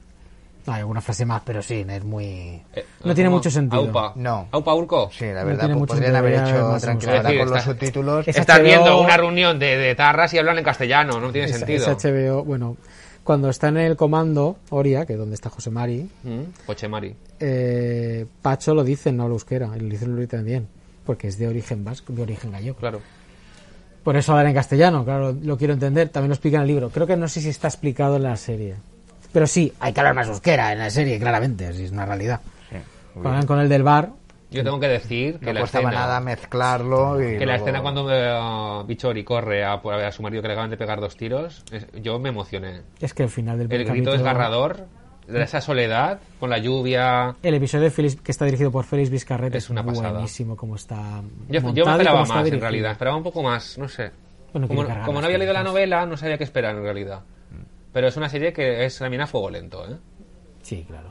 [SPEAKER 3] No, hay alguna frase más, pero sí, es muy.
[SPEAKER 2] Eh,
[SPEAKER 3] no tiene
[SPEAKER 2] ¿cómo?
[SPEAKER 3] mucho sentido.
[SPEAKER 2] Aupa.
[SPEAKER 1] No.
[SPEAKER 2] Aupa Urco.
[SPEAKER 1] Sí, la
[SPEAKER 3] No
[SPEAKER 1] verdad,
[SPEAKER 3] tiene
[SPEAKER 1] pues
[SPEAKER 3] mucho
[SPEAKER 1] podrían haber
[SPEAKER 3] sentido, ya
[SPEAKER 1] hecho
[SPEAKER 3] veremos.
[SPEAKER 1] tranquilidad
[SPEAKER 2] Es decir,
[SPEAKER 1] con los
[SPEAKER 2] está-
[SPEAKER 1] subtítulos.
[SPEAKER 3] Es-
[SPEAKER 2] Estás
[SPEAKER 3] HBO.
[SPEAKER 2] viendo una reunión de, de tarras y hablan en castellano. No tiene
[SPEAKER 3] Es-
[SPEAKER 2] sentido.
[SPEAKER 3] es HBO, bueno, cuando está en el comando, Oria, que es donde está José Mari,
[SPEAKER 2] Mm, Pochemari.
[SPEAKER 3] eh, Pacho lo dice, no lo euskera, y lo dice Luri también, porque es de origen vasco, de origen gallego.
[SPEAKER 2] Claro.
[SPEAKER 3] Por eso hablar en castellano, claro, lo quiero entender, también lo explica en el libro. Creo que no sé si está explicado en la serie. Pero sí, hay que hablar más euskera en la serie, claramente, si es una realidad.
[SPEAKER 1] Sí,
[SPEAKER 3] Cuando hablan con el del bar,
[SPEAKER 2] Yo tengo que decir que
[SPEAKER 1] no
[SPEAKER 2] la
[SPEAKER 1] costaba
[SPEAKER 2] escena...
[SPEAKER 1] nada mezclarlo. Y
[SPEAKER 2] Que la
[SPEAKER 1] luego-
[SPEAKER 2] escena cuando eh, Bichori corre a, a su marido que le acaban de pegar dos tiros, es- yo me emocioné.
[SPEAKER 3] es que al final del
[SPEAKER 2] El
[SPEAKER 3] primer
[SPEAKER 2] grito
[SPEAKER 3] capítulo-
[SPEAKER 2] desgarrador de esa soledad con la lluvia.
[SPEAKER 3] El episodio de Félix- que está dirigido por Félix Vizcarret
[SPEAKER 2] Es una pasada.
[SPEAKER 3] buenísimo como está
[SPEAKER 2] Yo, yo me
[SPEAKER 3] montado y cómo
[SPEAKER 2] esperaba
[SPEAKER 3] está
[SPEAKER 2] más, en
[SPEAKER 3] dirigido.
[SPEAKER 2] realidad. Esperaba un poco más, no sé.
[SPEAKER 3] Bueno,
[SPEAKER 2] como
[SPEAKER 3] tiene que
[SPEAKER 2] como
[SPEAKER 3] ganar
[SPEAKER 2] no había
[SPEAKER 3] las
[SPEAKER 2] leído la
[SPEAKER 3] películas.
[SPEAKER 2] novela, no sabía qué esperar en realidad.
[SPEAKER 1] Mm.
[SPEAKER 2] Pero es una serie que es también a fuego lento, ¿eh?
[SPEAKER 3] Sí, claro.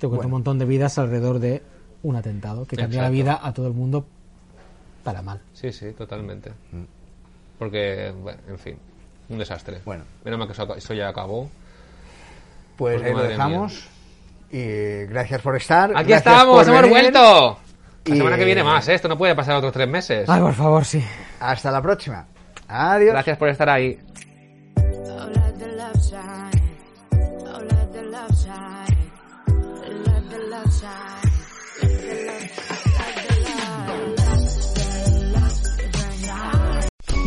[SPEAKER 3] Te cuento un montón de vidas alrededor de un atentado que cambia la
[SPEAKER 2] Exacto.
[SPEAKER 3] vida a todo el mundo para mal.
[SPEAKER 2] Sí, sí, totalmente.
[SPEAKER 1] Mm.
[SPEAKER 2] Porque, bueno, en fin, un desastre.
[SPEAKER 1] Bueno.
[SPEAKER 2] Menos mal que eso, ac- eso ya acabó.
[SPEAKER 1] Pues
[SPEAKER 2] Pues
[SPEAKER 1] ahí lo
[SPEAKER 2] madre
[SPEAKER 1] dejamos. Y gracias por estar.
[SPEAKER 2] ¡Aquí
[SPEAKER 1] gracias
[SPEAKER 2] estamos!
[SPEAKER 1] por
[SPEAKER 2] ¡Hemos
[SPEAKER 1] venir.
[SPEAKER 2] vuelto! La
[SPEAKER 1] Y-
[SPEAKER 2] semana que viene más, ¿eh? Esto no puede pasar otros tres meses.
[SPEAKER 3] Ay, por favor, sí.
[SPEAKER 1] Hasta la próxima. Adiós.
[SPEAKER 2] Gracias por estar ahí.
[SPEAKER 4] Oh, let the love shine. Oh, let the love shine. Let the love shine. Let the love, let the love, let the love burn out.